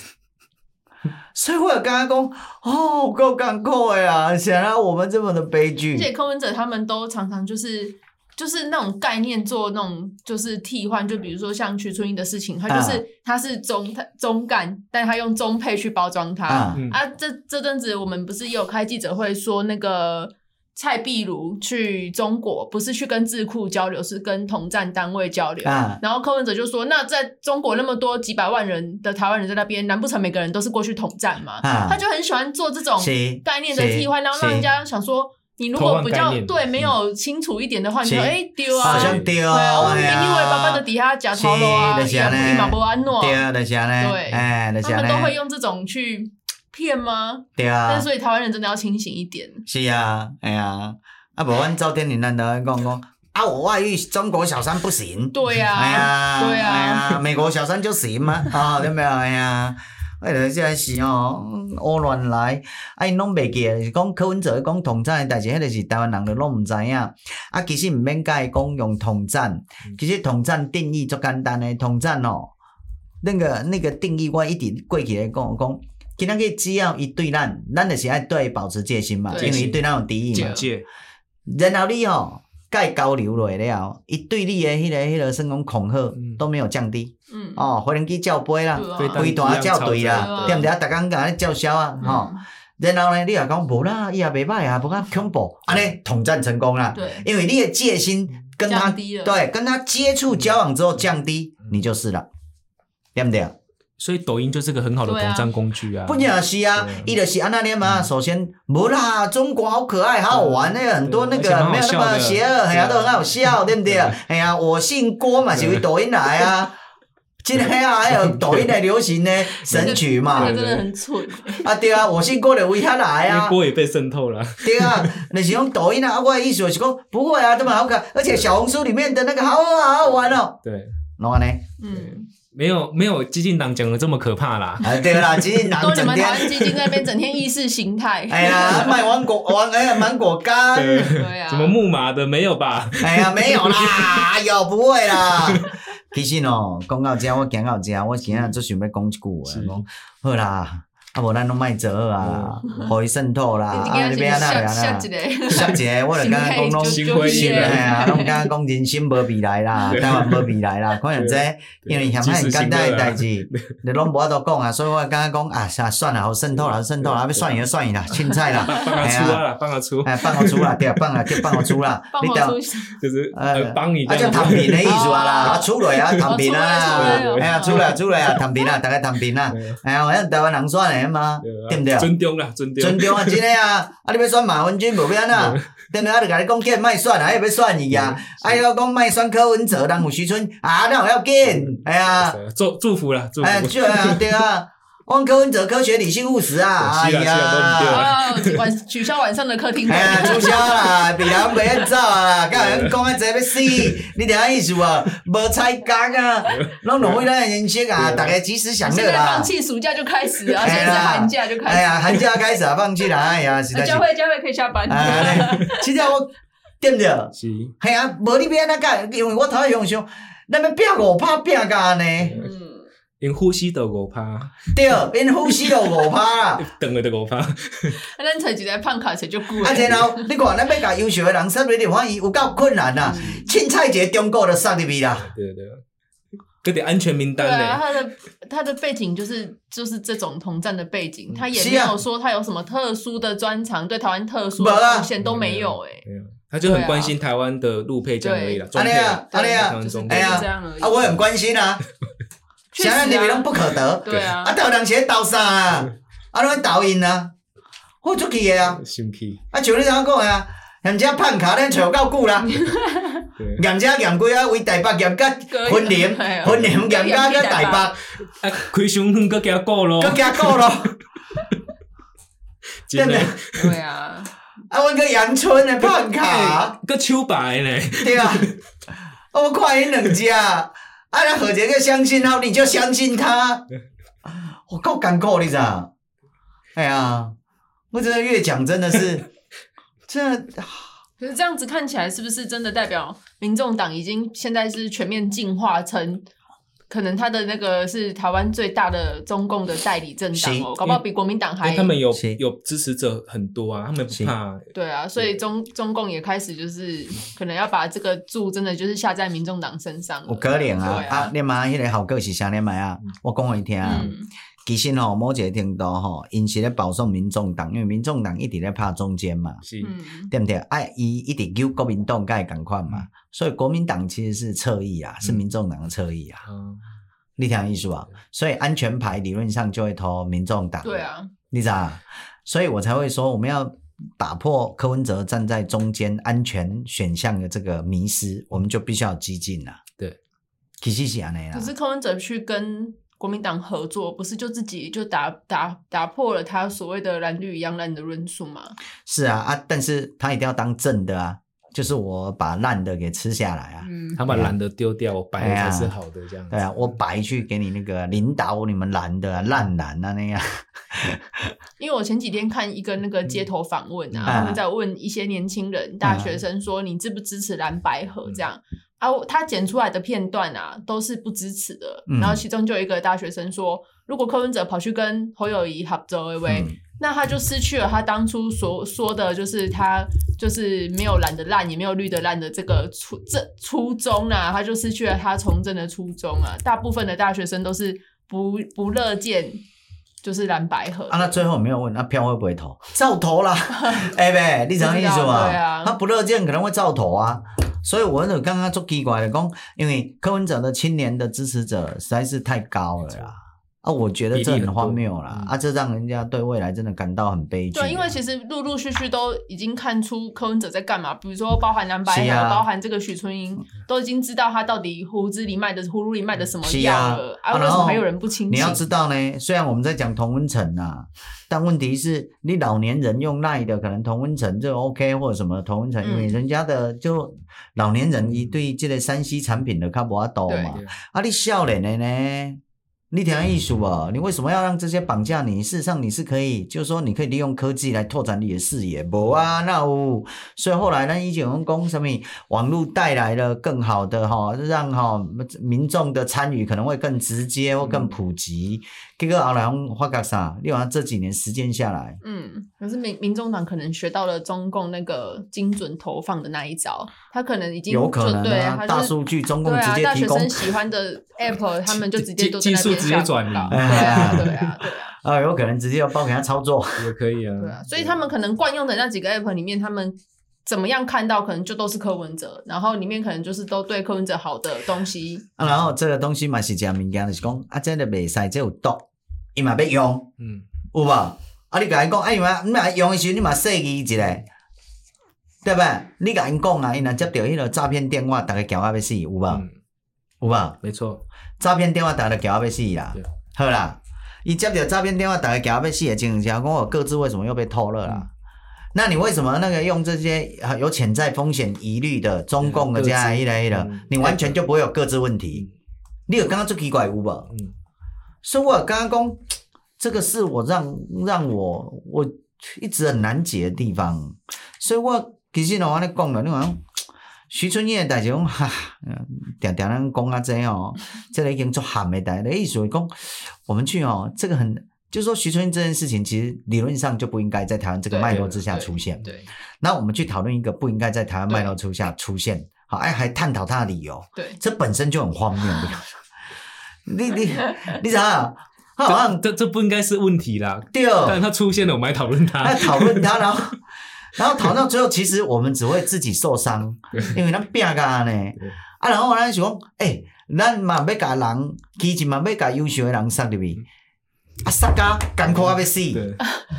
A: 所以我有跟他讲，哦，够干苦的啊，显然我们这么的悲
C: 而且
A: 剧，
C: 柯文哲他们都常常就是就是那种概念做那种就是替换，就比如说像徐春英的事情，他
A: 啊
C: 就是、他是中他中干，但他用中配去包装他。
A: 啊，
B: 嗯
C: 啊，这这阵子我们不是也有开记者会说那个蔡壁如去中国，不是去跟智库交流，是跟统战单位交流。
A: 啊，
C: 然后柯文哲就说：“那在中国那么多几百万人的台湾人在那边，难不成每个人都是过去统战吗？”
A: 啊
C: 他就很喜欢做这种
A: 是
C: 概念的替换，
A: 是
C: 然后让人家想说，你如果比
B: 偷换概
C: 较
B: 念
C: 对没有清楚一点的话，你
A: 是
C: 说哎丢
A: 好
C: 啊，对
A: 像
C: 啊，
A: 对哦，
C: 我
A: 哎
C: 明明
A: 呀
C: 以为爸爸的底下假头路啊，
A: 是就是安尼
C: 伊嘛无安诺，
A: 对啊，就是安尼，
C: 对
A: 哎，就是
C: 他们都
A: 安
C: 会
A: 尼，
C: 用这种去骗吗？
A: 对啊
C: 但。所以台湾人真的要清醒一点。
A: 是啊，哎呀，啊，无阮赵天林咱都讲讲，啊，我外遇中国小三不行，
C: 对呀、
A: 哎呀，
C: 啊对呀、
A: 哎呀，美国小三就行嘛，啊， 对没有？哎呀。哎，即个是哦，胡乱来，啊，因拢袂记的，就是讲柯文哲讲统战的代志，迄个是台湾人就拢毋知影。啊，其实毋免甲伊讲用统战，其实统战定义足简单诶，统战哦，那个那个定义我一直过去咧讲讲，今仔日只要伊对咱，咱就是爱对伊保持戒心嘛，
C: 对
A: 因为伊对咱有敌意嘛
B: 警。戒，
A: 然后你吼、甲伊交流落了，伊对你的迄、个、迄、个算讲恐吓
B: 嗯
A: 都没有降低。
C: 嗯，
A: 哦，无人去照杯啦，
C: 对啊
B: 飞弹
A: 规
B: 一
A: 单
B: 样
A: 照
B: 超
A: 对
B: 载
A: 啦，
C: 对
A: 对毋对啊？逐工甲安尼照销啊，
C: 嗯，
A: 吼。然后呢，你也讲无啦，伊也袂歹啊，无较恐怖，安尼统战成功啦。
C: 对，
A: 因为你的戒心跟他
C: 降低了
A: 对跟他接触交往之后降低，你就是了，对不啊对？
B: 所以抖音就是个很好的
C: 对啊
B: 统战工具啊。
A: 不仅是啊
B: 对啊，
A: 伊就是安那念嘛。首先，无啦，中国好可爱，好好玩，那个很多那
B: 对
A: 个
B: 而且蛮好
A: 没有那么
B: 笑的
A: 邪恶，哎呀，都
B: 对啊
A: 很好笑，对不对
B: 对啊？
A: 哎呀，我姓郭嘛，是为抖音来啊。今天啊，还有抖音的流行呢，神曲嘛
C: 那个，真的很蠢，
A: 啊对啊，我姓郭的为啥来
B: 因为
A: 啊？
B: 锅也被渗透了，
A: 对啊，你是用抖音啊？啊我的意思就是讲，不会啊，这么好看，而且小红书里面的那个好好好好玩哦，
B: 对，
A: 然后呢？
C: 嗯，
B: 没有没有激进党讲的这么可怕啦。
A: 啊，对啦，其实人
C: 都你
A: 整
C: 们
A: 天
C: 台，湾基金在那边整天意识形态，
A: 哎呀，卖芒果， 芒哎呀，芒果干，
B: 对，
C: 对啊
B: 什么木马的没有吧？
A: 哎呀，没有啦，哎呦，不会啦。 其实哦，讲到这，我讲到这，我今仔最想要讲一句话，
B: 是
A: 讲好啦，啊无咱拢卖折啊，互伊渗透啦，
C: 你
A: 啊
C: 今
A: 你
C: 天
A: 要安那
C: 下
A: 要
C: 下
A: 安
C: 一
A: 那。
C: 个，
A: 下一个，我就刚刚讲拢
B: 心灰意冷
A: 哎呀，拢敢讲人心无未来啦，台湾无未来啦，可能这因为嫌太简单诶代志，你拢无法度讲啊，所以我刚刚讲啊，算算了，好渗透啦，好渗透啦，要算伊就算伊啦，凊彩啦，
B: 放他出啊，
A: 哎，
B: 放他出，
A: 放我出啦，对，放啊，就放我出啦，
C: 放
A: 你
C: 我
A: 等
C: 出，
B: 就是
A: 呃
B: 呃帮你
A: 啊，
B: 这
A: 就
B: 样
A: 躺
B: 子。
A: 平的意思啊啦，啊，出来啊，躺平啊
B: 哦哦出来出，来
A: 哎呀，出来出来啊，躺平啊，大家躺平啊，
B: 对啊
A: 哎呀，好像台湾人选的嘛，对不对？
B: 啊尊重啦，尊重
A: 尊。重啊，真诶啊！啊，你要选马文君无变啊，对毋对？啊，就甲你讲，计莫选啊，迄要选伊啊！啊，伊都讲莫选柯文哲，人有徐春啊，那有要
B: 嗯
A: 紧，哎 呀，
B: 啊祝祝福啦，祝
A: 哎，
B: 福。
A: 对啊，对啊， 阮柯文哲科学理性务实啊，哎
B: 是啊是啊都不对
A: 呀
B: 啊。
C: 啊，晚取消晚上的客厅
A: 哎 呀，
C: 会，
A: 取消啦，比人袂晓走啊，甲人讲啊，这要死，你听我意思无？无彩工啊，拢浪费咱的人生啊，大家及时享
C: 现
A: 乐
C: 在
A: 啦
C: 放。弃暑假就开始，然后
A: 哎呀
C: 现在是寒假就
A: 哎
C: 开始，
A: 呀，寒假开始啊，放弃 啦，哎呀，实在
C: 呃
A: 是
C: 教。会教会可以下班，
A: 哎， 真正我对不对？
B: 是，
A: 系啊，无你要安怎讲？因为我头仔想想，咱要拼五拍拼到安尼，
C: 嗯，
B: 因呼吸都五趴，
A: 对，因呼吸都五拍啦。
B: 等了都五趴，
C: 啊咱才一个胖卡才就过了，
A: 啊，然后你看，咱要甲优秀的人塞入去，我伊有够困难啦。凊彩一个中国就塞入去啦。
B: 对对，这得安全名
C: 对
B: 单
C: 啊，
B: 呢。
C: 他的他的背景就是就是这种统战的背景，他也
A: 是
C: 没
A: 啊
C: 有说他有什么特殊的专长，对台湾特殊
A: 没啊
C: 的贡献都没有哎、
B: 没有，啊他就很关心台湾的路配这样而已啦，中配，
A: 啊对啊
B: 台湾中
C: 就
B: 配
A: 哎
C: 是
A: 呀
C: 这样而已。
A: 啊，我很关心啊，
C: 确实
A: 啥
C: 啊
A: 咱入去拢不可得。
C: 对啊，
A: 啊，台人是咧斗啥啊？啊，拢抖音啊，好出去的啊。
B: 心气，
A: 啊，像你头仔讲的啊，人家胖卡咱找够久 啦。
B: 对，
A: 严遮严几啊，为台北严甲
C: 啊
A: 婚林，婚林严甲甲台北，
B: 啊，开胸更搁加高
C: 啊
B: 咯，
A: 搁加高咯。
B: 真的
A: 对，
C: 对啊，
A: 啊，阮个阳春的胖卡，
B: 搁哎秋白呢，
A: 对啊。啊我看因两只，啊，咱何杰个相信后，你就相信他。我够艰苦，你知道？哎呀，我真的越讲真的是， 这
C: 可是这样子看起来，是不是真的代表民众党已经现在是全面进化成？可能他的那个是台湾最大的中共的代理政党哦，
A: 是
C: 搞不好比国民党
B: 因
C: 还
B: 为哎他们有
A: 是
B: 有支持者很多啊，他们不
A: 是
B: 怕，
C: 对啊，所以中中共也开始就是可能要把这个注真的就是下在民众党身上了。
A: 有可能啊
C: 对！
A: 啊，你妈迄个效果是啥你买啊？我讲互你听啊。
C: 嗯，
A: 其实吼、某一个程度吼、因是咧保送民众党，因为民众党一直咧拍中间嘛，
B: 是，
C: 嗯，
A: 对不对？啊，伊一直揪国民党甲伊共款嘛，所以国民党其实是侧翼啊，是民众党的侧翼啊，
B: 啊，
A: 你听我意思啊？所以安全牌理论上就会投民众党，
C: 对，啊，
A: 你知道？所以我才会说我们要。打破柯文哲站在中间安全选项的这个迷失，我们就必须要激进啦。
B: 对，
A: 其实是安尼啦
C: 可。是柯文哲去跟国民党合作，不是就自己就打打打破了他所谓的蓝绿一样烂的论述吗？
A: 是啊啊，但是他一定要当正的啊，就是我把烂的给吃下来啊，
C: 嗯，
B: 他把蓝的丢掉，我白的才是好的这样子。嗯
A: 对啊，我白去给你那个领导你们蓝的啊烂蓝啊那样，
C: 因为我前几天看一个那个街头访问啊，
A: 嗯
C: 他们在问一些年轻人、大学生说你支不支持蓝白合
A: 嗯
C: 这样。啊，我他剪出来的片段啊，都是不支持的。
A: 嗯
C: 然后其中就有一个大学生说：“如果柯文哲跑去跟侯友谊合作，微微、
A: 嗯
C: 那他就失去了他当初所说的，就是他就是没有蓝的烂，也没有绿的烂的这个初这初衷啊，他就失去了他从政的初衷啊。大部分的大学生都是不不乐见就是蓝白合
A: 啊，那最后没有问，那票会不会投？照投啦， 哎呗，你知道意思
C: 不知道
A: 吗？
C: 对啊
A: 他不乐见可能会照投啊。所以我就刚刚做奇怪的讲，因为柯文哲的青年的支持者实在是太高了啦。啊，我觉得这
B: 比例
A: 很
B: 很多
A: 荒谬啦！
B: 嗯
A: 啊，这让人家对未来真的感到很悲剧。啊
C: 对，因为其实陆陆续续都已经看出柯文哲在干嘛，比如说包含蓝白
A: 是
C: 合，
A: 啊嗯
C: 包含这个许春英，都已经知道他到底胡子里卖的葫芦里卖的什么
A: 是
C: 药
A: 啊
C: 了
A: 啊
C: 为什
A: 然
C: 么
A: 后
C: 还有人不清
A: 你要
C: 醒？
A: 知道呢，虽然我们在讲同温层啊，但问题是你老年人用赖的，可能同温层就 OK 或者什么同温层，因为
C: 嗯
A: 人家的就老年人伊对这个山西产品的较无法度
C: 对
A: 嘛。啊，你少年的呢？你听艺术哦，你为什么要让这些绑架你？事实上你是可以，就是说你可以利用科技来拓展你的视野，不啊，那有。所以后来呢，以前用讲什么网络带来了更好的哈、让哈、民众的参与可能会更直接或
C: 嗯
A: 更普及。结果后来我发觉啥？你往这几年实践下来，
C: 嗯，可是民民众党可能学到了中共那个精准投放的那一招，他可能已经
A: 有可能
C: 就对
A: 啊，
C: 他
A: 大
C: 就是
A: 数据中共
C: 对
A: 直
C: 啊，
A: 接
C: 大
A: 提
C: 学
A: 供
C: 生喜欢的 app，他们就直接都在
B: 技
C: 那
B: 技术
C: 边下
B: 直接
C: 广
B: 转移
C: 告对啊，对啊，对啊。
A: 啊，有可能直接要包给他操作。
B: 也可以啊。
C: 对
A: 嗯
C: 啊，所以他们可能惯用的那几个 app 里面，他们怎么样看到，可能就都是柯文哲，然后里面可能就是都对柯文哲好的东西。
A: 啊，然后这个东西嘛是这样物件，就是讲啊，这个袂使，这有毒，伊嘛要用，
B: 嗯，
A: 有无？啊，你甲因讲，啊，伊嘛，你嘛用的时候，你嘛说伊一下，对吧？你甲因讲啊，伊若接到迄个诈骗电话，逐个惊啊要死，有无？
B: 嗯
A: 有无？
B: 没错，
A: 诈骗电话，逐个惊啊要死啦
B: 对。
A: 好啦，伊接到诈骗电话，逐个惊啊要死的情形下，讲我各自为什么又被偷了啦？
B: 嗯
A: 那你为什么那个用这些啊有潜在风险疑虑的中共的这样
B: 各自
A: 一来一来
B: 嗯，
A: 你完全就不会有各自问题？你有刚刚最奇怪有无？
B: 嗯，
A: 所以我刚刚讲，这个是我让让我我一直很难解的地方。所以我其实呢，我咧讲了，你讲徐春燕代志讲，哈，嗯常常咱讲啊这哦，这个已经做喊的代，意思是讲我们去哦，这个很。就是说，徐春燕这件事情，其实理论上就不应该在台湾这个
C: 对
A: 脉络之下出现。
C: 对
A: 那我们去讨论一个不应该在台湾脉络之下出现，好，哎，还探讨它的理由。
C: 对，
A: 这本身就很荒谬。你你你知道？他好像
B: 这这不应该是问题啦。
A: 对，
B: 但他出现了，我们还讨论
A: 他
B: 他。
A: 讨论他，然后然后讨论到最后，其实我们只会自己受伤，因为咱拼噶呢。啊，然后咱想讲，诶，咱嘛要甲人，其实嘛要甲优秀的人杀入去，啊，杀甲艰苦啊要死，
B: 对，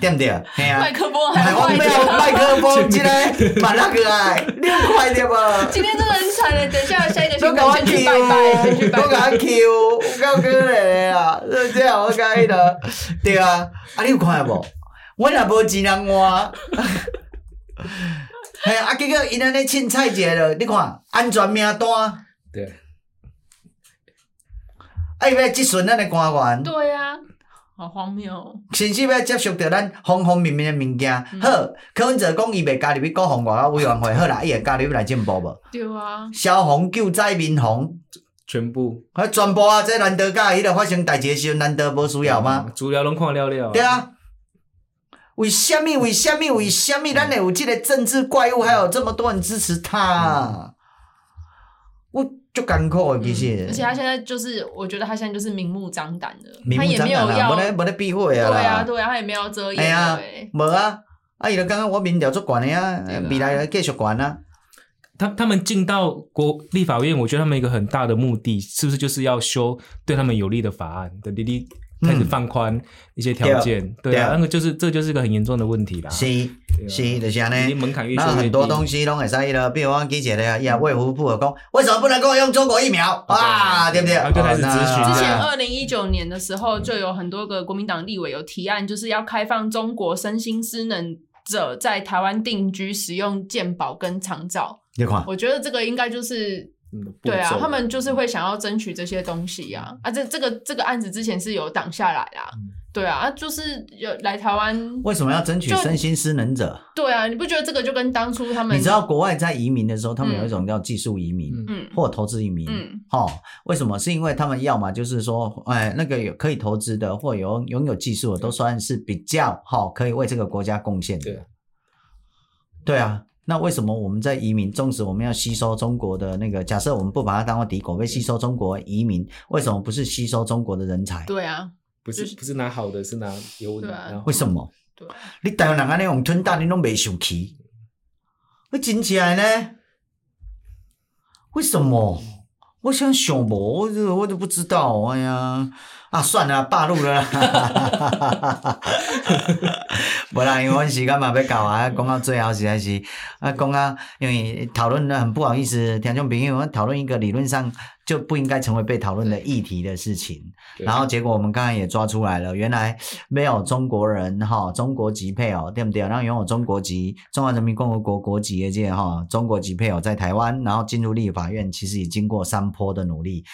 A: 对不对？嘿啊
C: 麦。克风还
A: 哎，我
C: 坏
A: 没
C: 掉
A: 有。麦克风，进来，把那个哎，你很快点吧。
C: 今天真的很惨了，等一下下一个
A: 都
C: 新
A: 给我
C: 闻先
A: Q，
C: 去拜拜，先去拜
A: 都给
C: 拜。
A: 我 Q，我讲过嘞啦，是这样我讲伊的，对啊，啊你有看 无？我若无钱人换， 嘿啊，结果因安尼凊彩一下了，你看安全名单，啊
B: 对，
A: 伊哎要即阵咱的官员，
C: 对呀、啊，好荒谬哦。
A: 甚至要接触到咱方方面面的物件。
C: 嗯
A: 好，柯文哲讲伊袂加入去国防外交委员会，好啦，伊会加入来进步无？
C: 对啊，
A: 消防救灾民防。
B: 全部
A: 啊，全部啊！这难得甲迄个发生代志的时阵，难得无需要吗？？
B: 足疗拢看了了。
A: 对，啊，为什么？为什么？为什么？咱会有这个政治怪物，还有这么多人支持他、我就艰苦的，其实。
C: 而且他现在就是，我觉得他现在就是明目张胆的，
A: 明
C: 他
A: 目
C: 也
A: 张
C: 没有
A: 胆啊啦，
C: 要
A: 无咧无咧避讳
C: 对
A: 啊啦。
C: 啊，对啊，他也没有要遮
A: 哎
C: 掩
A: 呀
C: 的、欸。
A: 无啊，啊伊就刚刚我民调足悬的啊
C: 对啦，
A: 未来继续悬啊。
B: 他他们进到国立法院，我觉得他们一个很大的目的，是不是就是要修对他们有利的法案的滴滴
A: 嗯
B: 开始放宽一些条件？对啊，
A: 对
B: 那个就是这就是一个很严重的问题啦。
A: 是
B: 对啊
A: 是，就是安
B: 你
A: 尼。
B: 门槛越
A: 那
B: 设越
A: 很多
B: 低
A: 东西拢会使了，比如讲记者啊咧，伊也卫福部有讲，为什么不能够用中国疫苗啊？对不对？
B: 他就开始咨询
A: 哦那
C: 之前
A: 啊
C: 二零一九年的时候，就有很多个国民党立委有提案，就是要开放中国身心失能者在台湾定居使用健保跟长照。
A: 你看，
C: 我觉得这个应该就是
B: 嗯步
C: 对啊
B: 骤，
C: 他
A: 嗯
C: 们就是会想要争取这些东西啊啊！这这个这个案子之前是有挡下来啦，对啊，啊就是有来台湾，
A: 为什么要争取
C: 就
A: 身心失能者？
C: 对啊，你不觉得这个就跟当初他们
A: 你知道国外在移民的时候，他们有一种叫技术移民。
B: 嗯
C: 嗯
A: 或投资移民，
C: 嗯
A: 哦，为什么？是因为他们要么就是说，哎，那个有可以投资的，或有拥有技
C: 嗯
A: 术的，都算是比较好、哦，可以为这个国家贡献
B: 对
A: 的。对啊，那为什么我们在移民，纵使我们要吸收中国的那个，假设我们不把它当做敌国，
C: 嗯
A: 被吸收中国移民，为什么不是吸收中国的人才？
C: 对啊，
B: 不是
C: 就是
B: 不是拿好的，是拿优的
C: 对啊。
B: 然后
A: 为什么？
C: 对啊
A: 你台湾人安尼用吞大，你拢未生气？我真起来呢？为什么？我想想无，我就我都不知道。哎呀，啊，算了，罢录了啦。 无啦，因为阮时间嘛要到啊，讲到最后实在是啊，讲啊，因为讨论的很不好意思，听众朋友，我们讨论一个理论上就不应该成为被讨论的议题的事情。
B: 对
A: 然后结果我们刚才也抓出来了，原来没有中国人哈、中国籍配偶，对不对？然后拥有中国籍、中华人民共和国国籍的这哈、中国籍配偶在台湾，然后进入立法院，其实已经过三波的努力，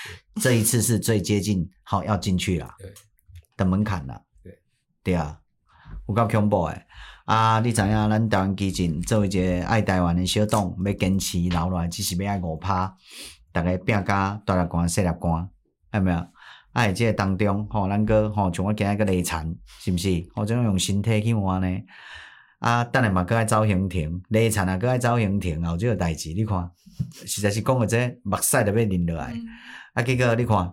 A: 这一次是最接近好、要进去了
B: 对
A: 的门槛了。
B: 对
A: 对啊，有够恐怖诶！啊，你知影咱台湾基金作为一个爱台湾的小党，要坚持留落来，只是要爱五趴，逐个拼甲大力干、细力干，有没有？啊，在这个当中，吼、咱哥吼，像我今仔个内田，是毋是？吼、怎样用身体去换呢？啊，等下嘛，搁爱走刑庭，内田啊，搁爱走刑庭，后即个代志，你看，实在是讲到这，目屎都要淋落来。
C: 嗯
A: 啊，结果你看，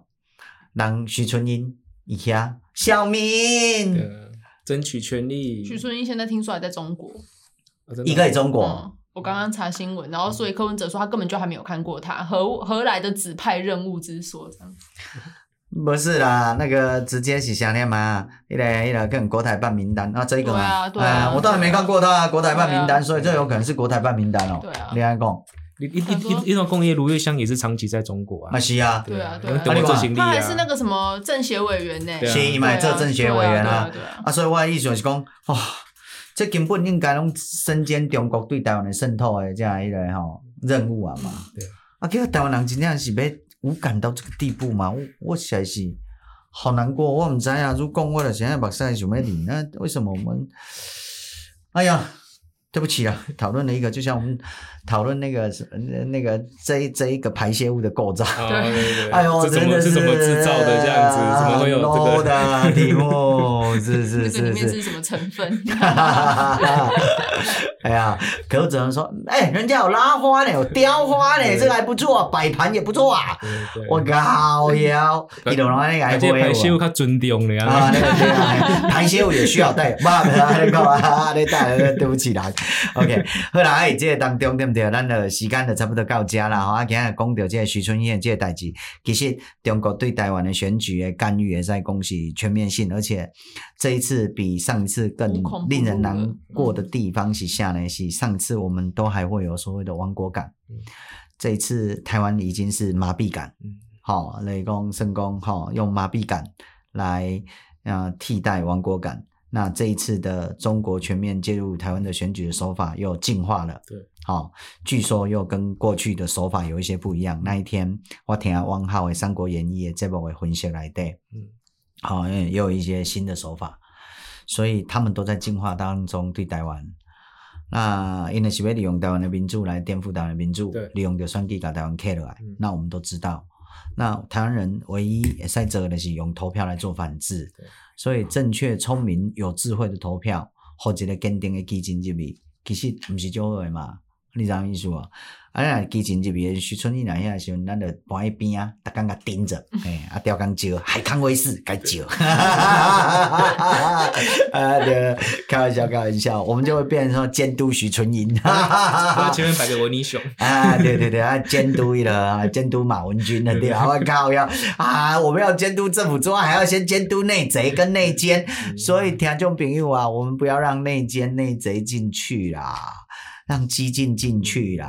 A: 人徐春英伊遐，小
B: 对
A: 明，
B: 啊争取权利，
C: 许春英现在听说还在中国，
B: 哦真的
A: 伊个在中国。
C: 嗯，我刚刚查新闻，然后所以柯文哲说他根本就还没有看过他，何何来的指派任务之说这样？
A: 不是啦，那个直接是啥念嘛？一来一来跟国台办名单啊，这一个嘛，
C: 对啊对啊
A: 哎我倒是没看过他国台办名单，
C: 对啊
A: 所以这有可能是国台办名单哦。
C: 对啊
A: 你安讲，
B: 你一
C: 他说
B: 一一一段工业如月香也是长期在中国
A: 啊
B: 啊，
A: 是啊，
C: 对啊对啊
B: 因为德国执行力
C: 他
B: 啊，
C: 还是那个什么政协委员呢、
B: 对啊
A: 是伊嘛做政协委员啊，
C: 对啊，
A: 啊，所以我的意思就是讲，哇、这根本应该拢身兼中国对台湾的渗透的这样一个吼任务啊嘛。
B: 对啊
A: 啊，结果台湾人真正是要无感到这个地步嘛？我我实在是好难过，我唔知啊。如果我了现在目屎想要淋，那为什么我们？哎呀，对不起啊，讨论了一个，就像我们讨论那个呃那个这一这一个排泄物的构造。
B: 啊对对对
A: 哎呦，
B: 这怎
A: 真
B: 么
A: 的
B: 这怎么制造的这样子？怎么会有这个？
A: 个的题目？是是
C: 这个
A: 是
C: 里面
A: 是
C: 是。什么成分？
A: 哎呀，可我只能说，哎、人家有拉花呢，有雕花呢，
B: 对
A: 这个还不错、啊，摆盘也不错啊。
B: 对对
A: 我靠呀，你懂了那个还
B: 而
A: 不
B: 且啊排泄物
A: 会
B: 较尊重的
A: 啊，
B: 啊，
A: 那 个对啊，排泄物也需要带， 妈的，那个啊，你带，对不起啦。OK，好啦，哎，这个当中对不对？咱的时间就差不多到遮啦，吼，啊，今日讲到这个徐春燕这个代志，其实中国对台湾的选举的干预也在恭喜全面性，而且这一次比上一次更
C: 无孔不入
A: 令人
C: 了
A: 难过的地方是下呢，是上次我们都还会有所谓的亡国感
B: 嗯，
A: 这一次台湾已经是麻痹感
B: 嗯，
A: 好、雷公圣公，好、用麻痹感来呃替代亡国感。那这一次的中国全面介入台湾的选举的手法又进化了，
B: 对，
A: 好、据说又跟过去的手法有一些不一
B: 嗯
A: 样。那一天我听汪浩的《三国演义》的这部的分析来的，
B: 嗯，
A: 好、也有一些新的手法，所以他们都在进化当中对台湾。那因为是要利用台湾的民主来颠覆台湾的民主
B: 对，
A: 利用着选举把台湾 K 落来
B: 嗯。
A: 那我们都知道，那台湾人唯一会使做的是用投票来做反制
B: 对，
A: 所以正确、聪明、有智慧的投票，和一个坚定的基金入去，其实毋是少好的嘛。你知影意思无？啊，咱若基金入去，徐春义来遐的时阵，咱就搬一边啊，逐工甲盯着，诶、啊，雕工照，海康威视该照， 啊，对，开玩笑，开玩笑，我们就会变成说监督徐春英，
B: 他前面摆个维尼熊，
A: 啊，对对对，啊，监督了，啊监督马文君的对吧？我靠，要啊，我们要监督政府之外，还要先监督内贼跟内奸，所以听众朋友啊，我们不要让内奸内贼进去啦。让激进进去啦！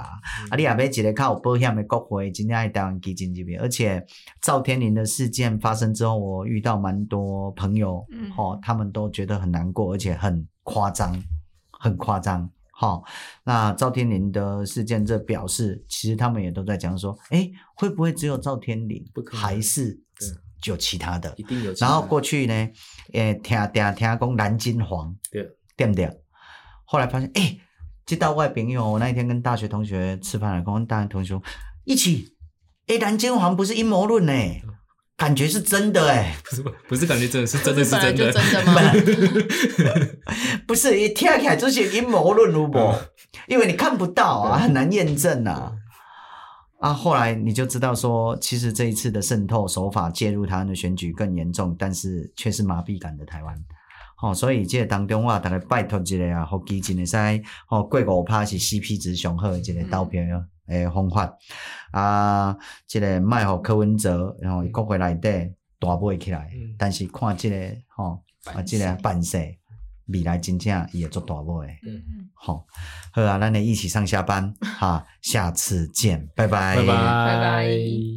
A: 啊，你也别一个靠有保险的国会，真正爱台湾基进这边。而且赵天林的事件发生之后，我遇到蛮多朋友，
C: 嗯
A: 哦，他们都觉得很难过，而且很夸张，很夸张。好、那赵天林的事件，这表示其实他们也都在讲说，哎，会不会只有赵天林，
B: 不可能
A: 还是
B: 对
A: 有其他的。
B: 一定有其他
A: 然
B: 的。
A: 后过去呢，诶，听听听讲蓝金黄，
B: 对
A: 对不对？后来发现，诶，这道外朋友，我那一天跟大学同学吃饭了，跟大学同学说一起，诶，蓝金黄不是阴谋论呢、感觉是真的诶。
B: 不是不是感觉真的是
C: 不
B: 真的
C: 是本来
B: 真
C: 就
B: 的，
C: 真的 吗？
A: 不是，一听起来就是阴谋论，如不？因为你看不到啊，很难验证啊。啊，后来你就知道说，其实这一次的渗透手法介入台湾的选举更严重，但是却是麻痹感的台湾。哦，所以这个当中我大概拜托一个啊，互基金会使哦，过五趴是 CP 值上好的一个投票诶方法、啊，这个卖互柯文哲，然后伊国会内底大买起来，
B: 嗯
A: 但是看这个吼、啊，这个办事未来真正伊会做大买的，
C: 嗯
A: 吼、好啊，咱咧一起上下班哈、下次见，拜
B: 拜拜
C: 拜拜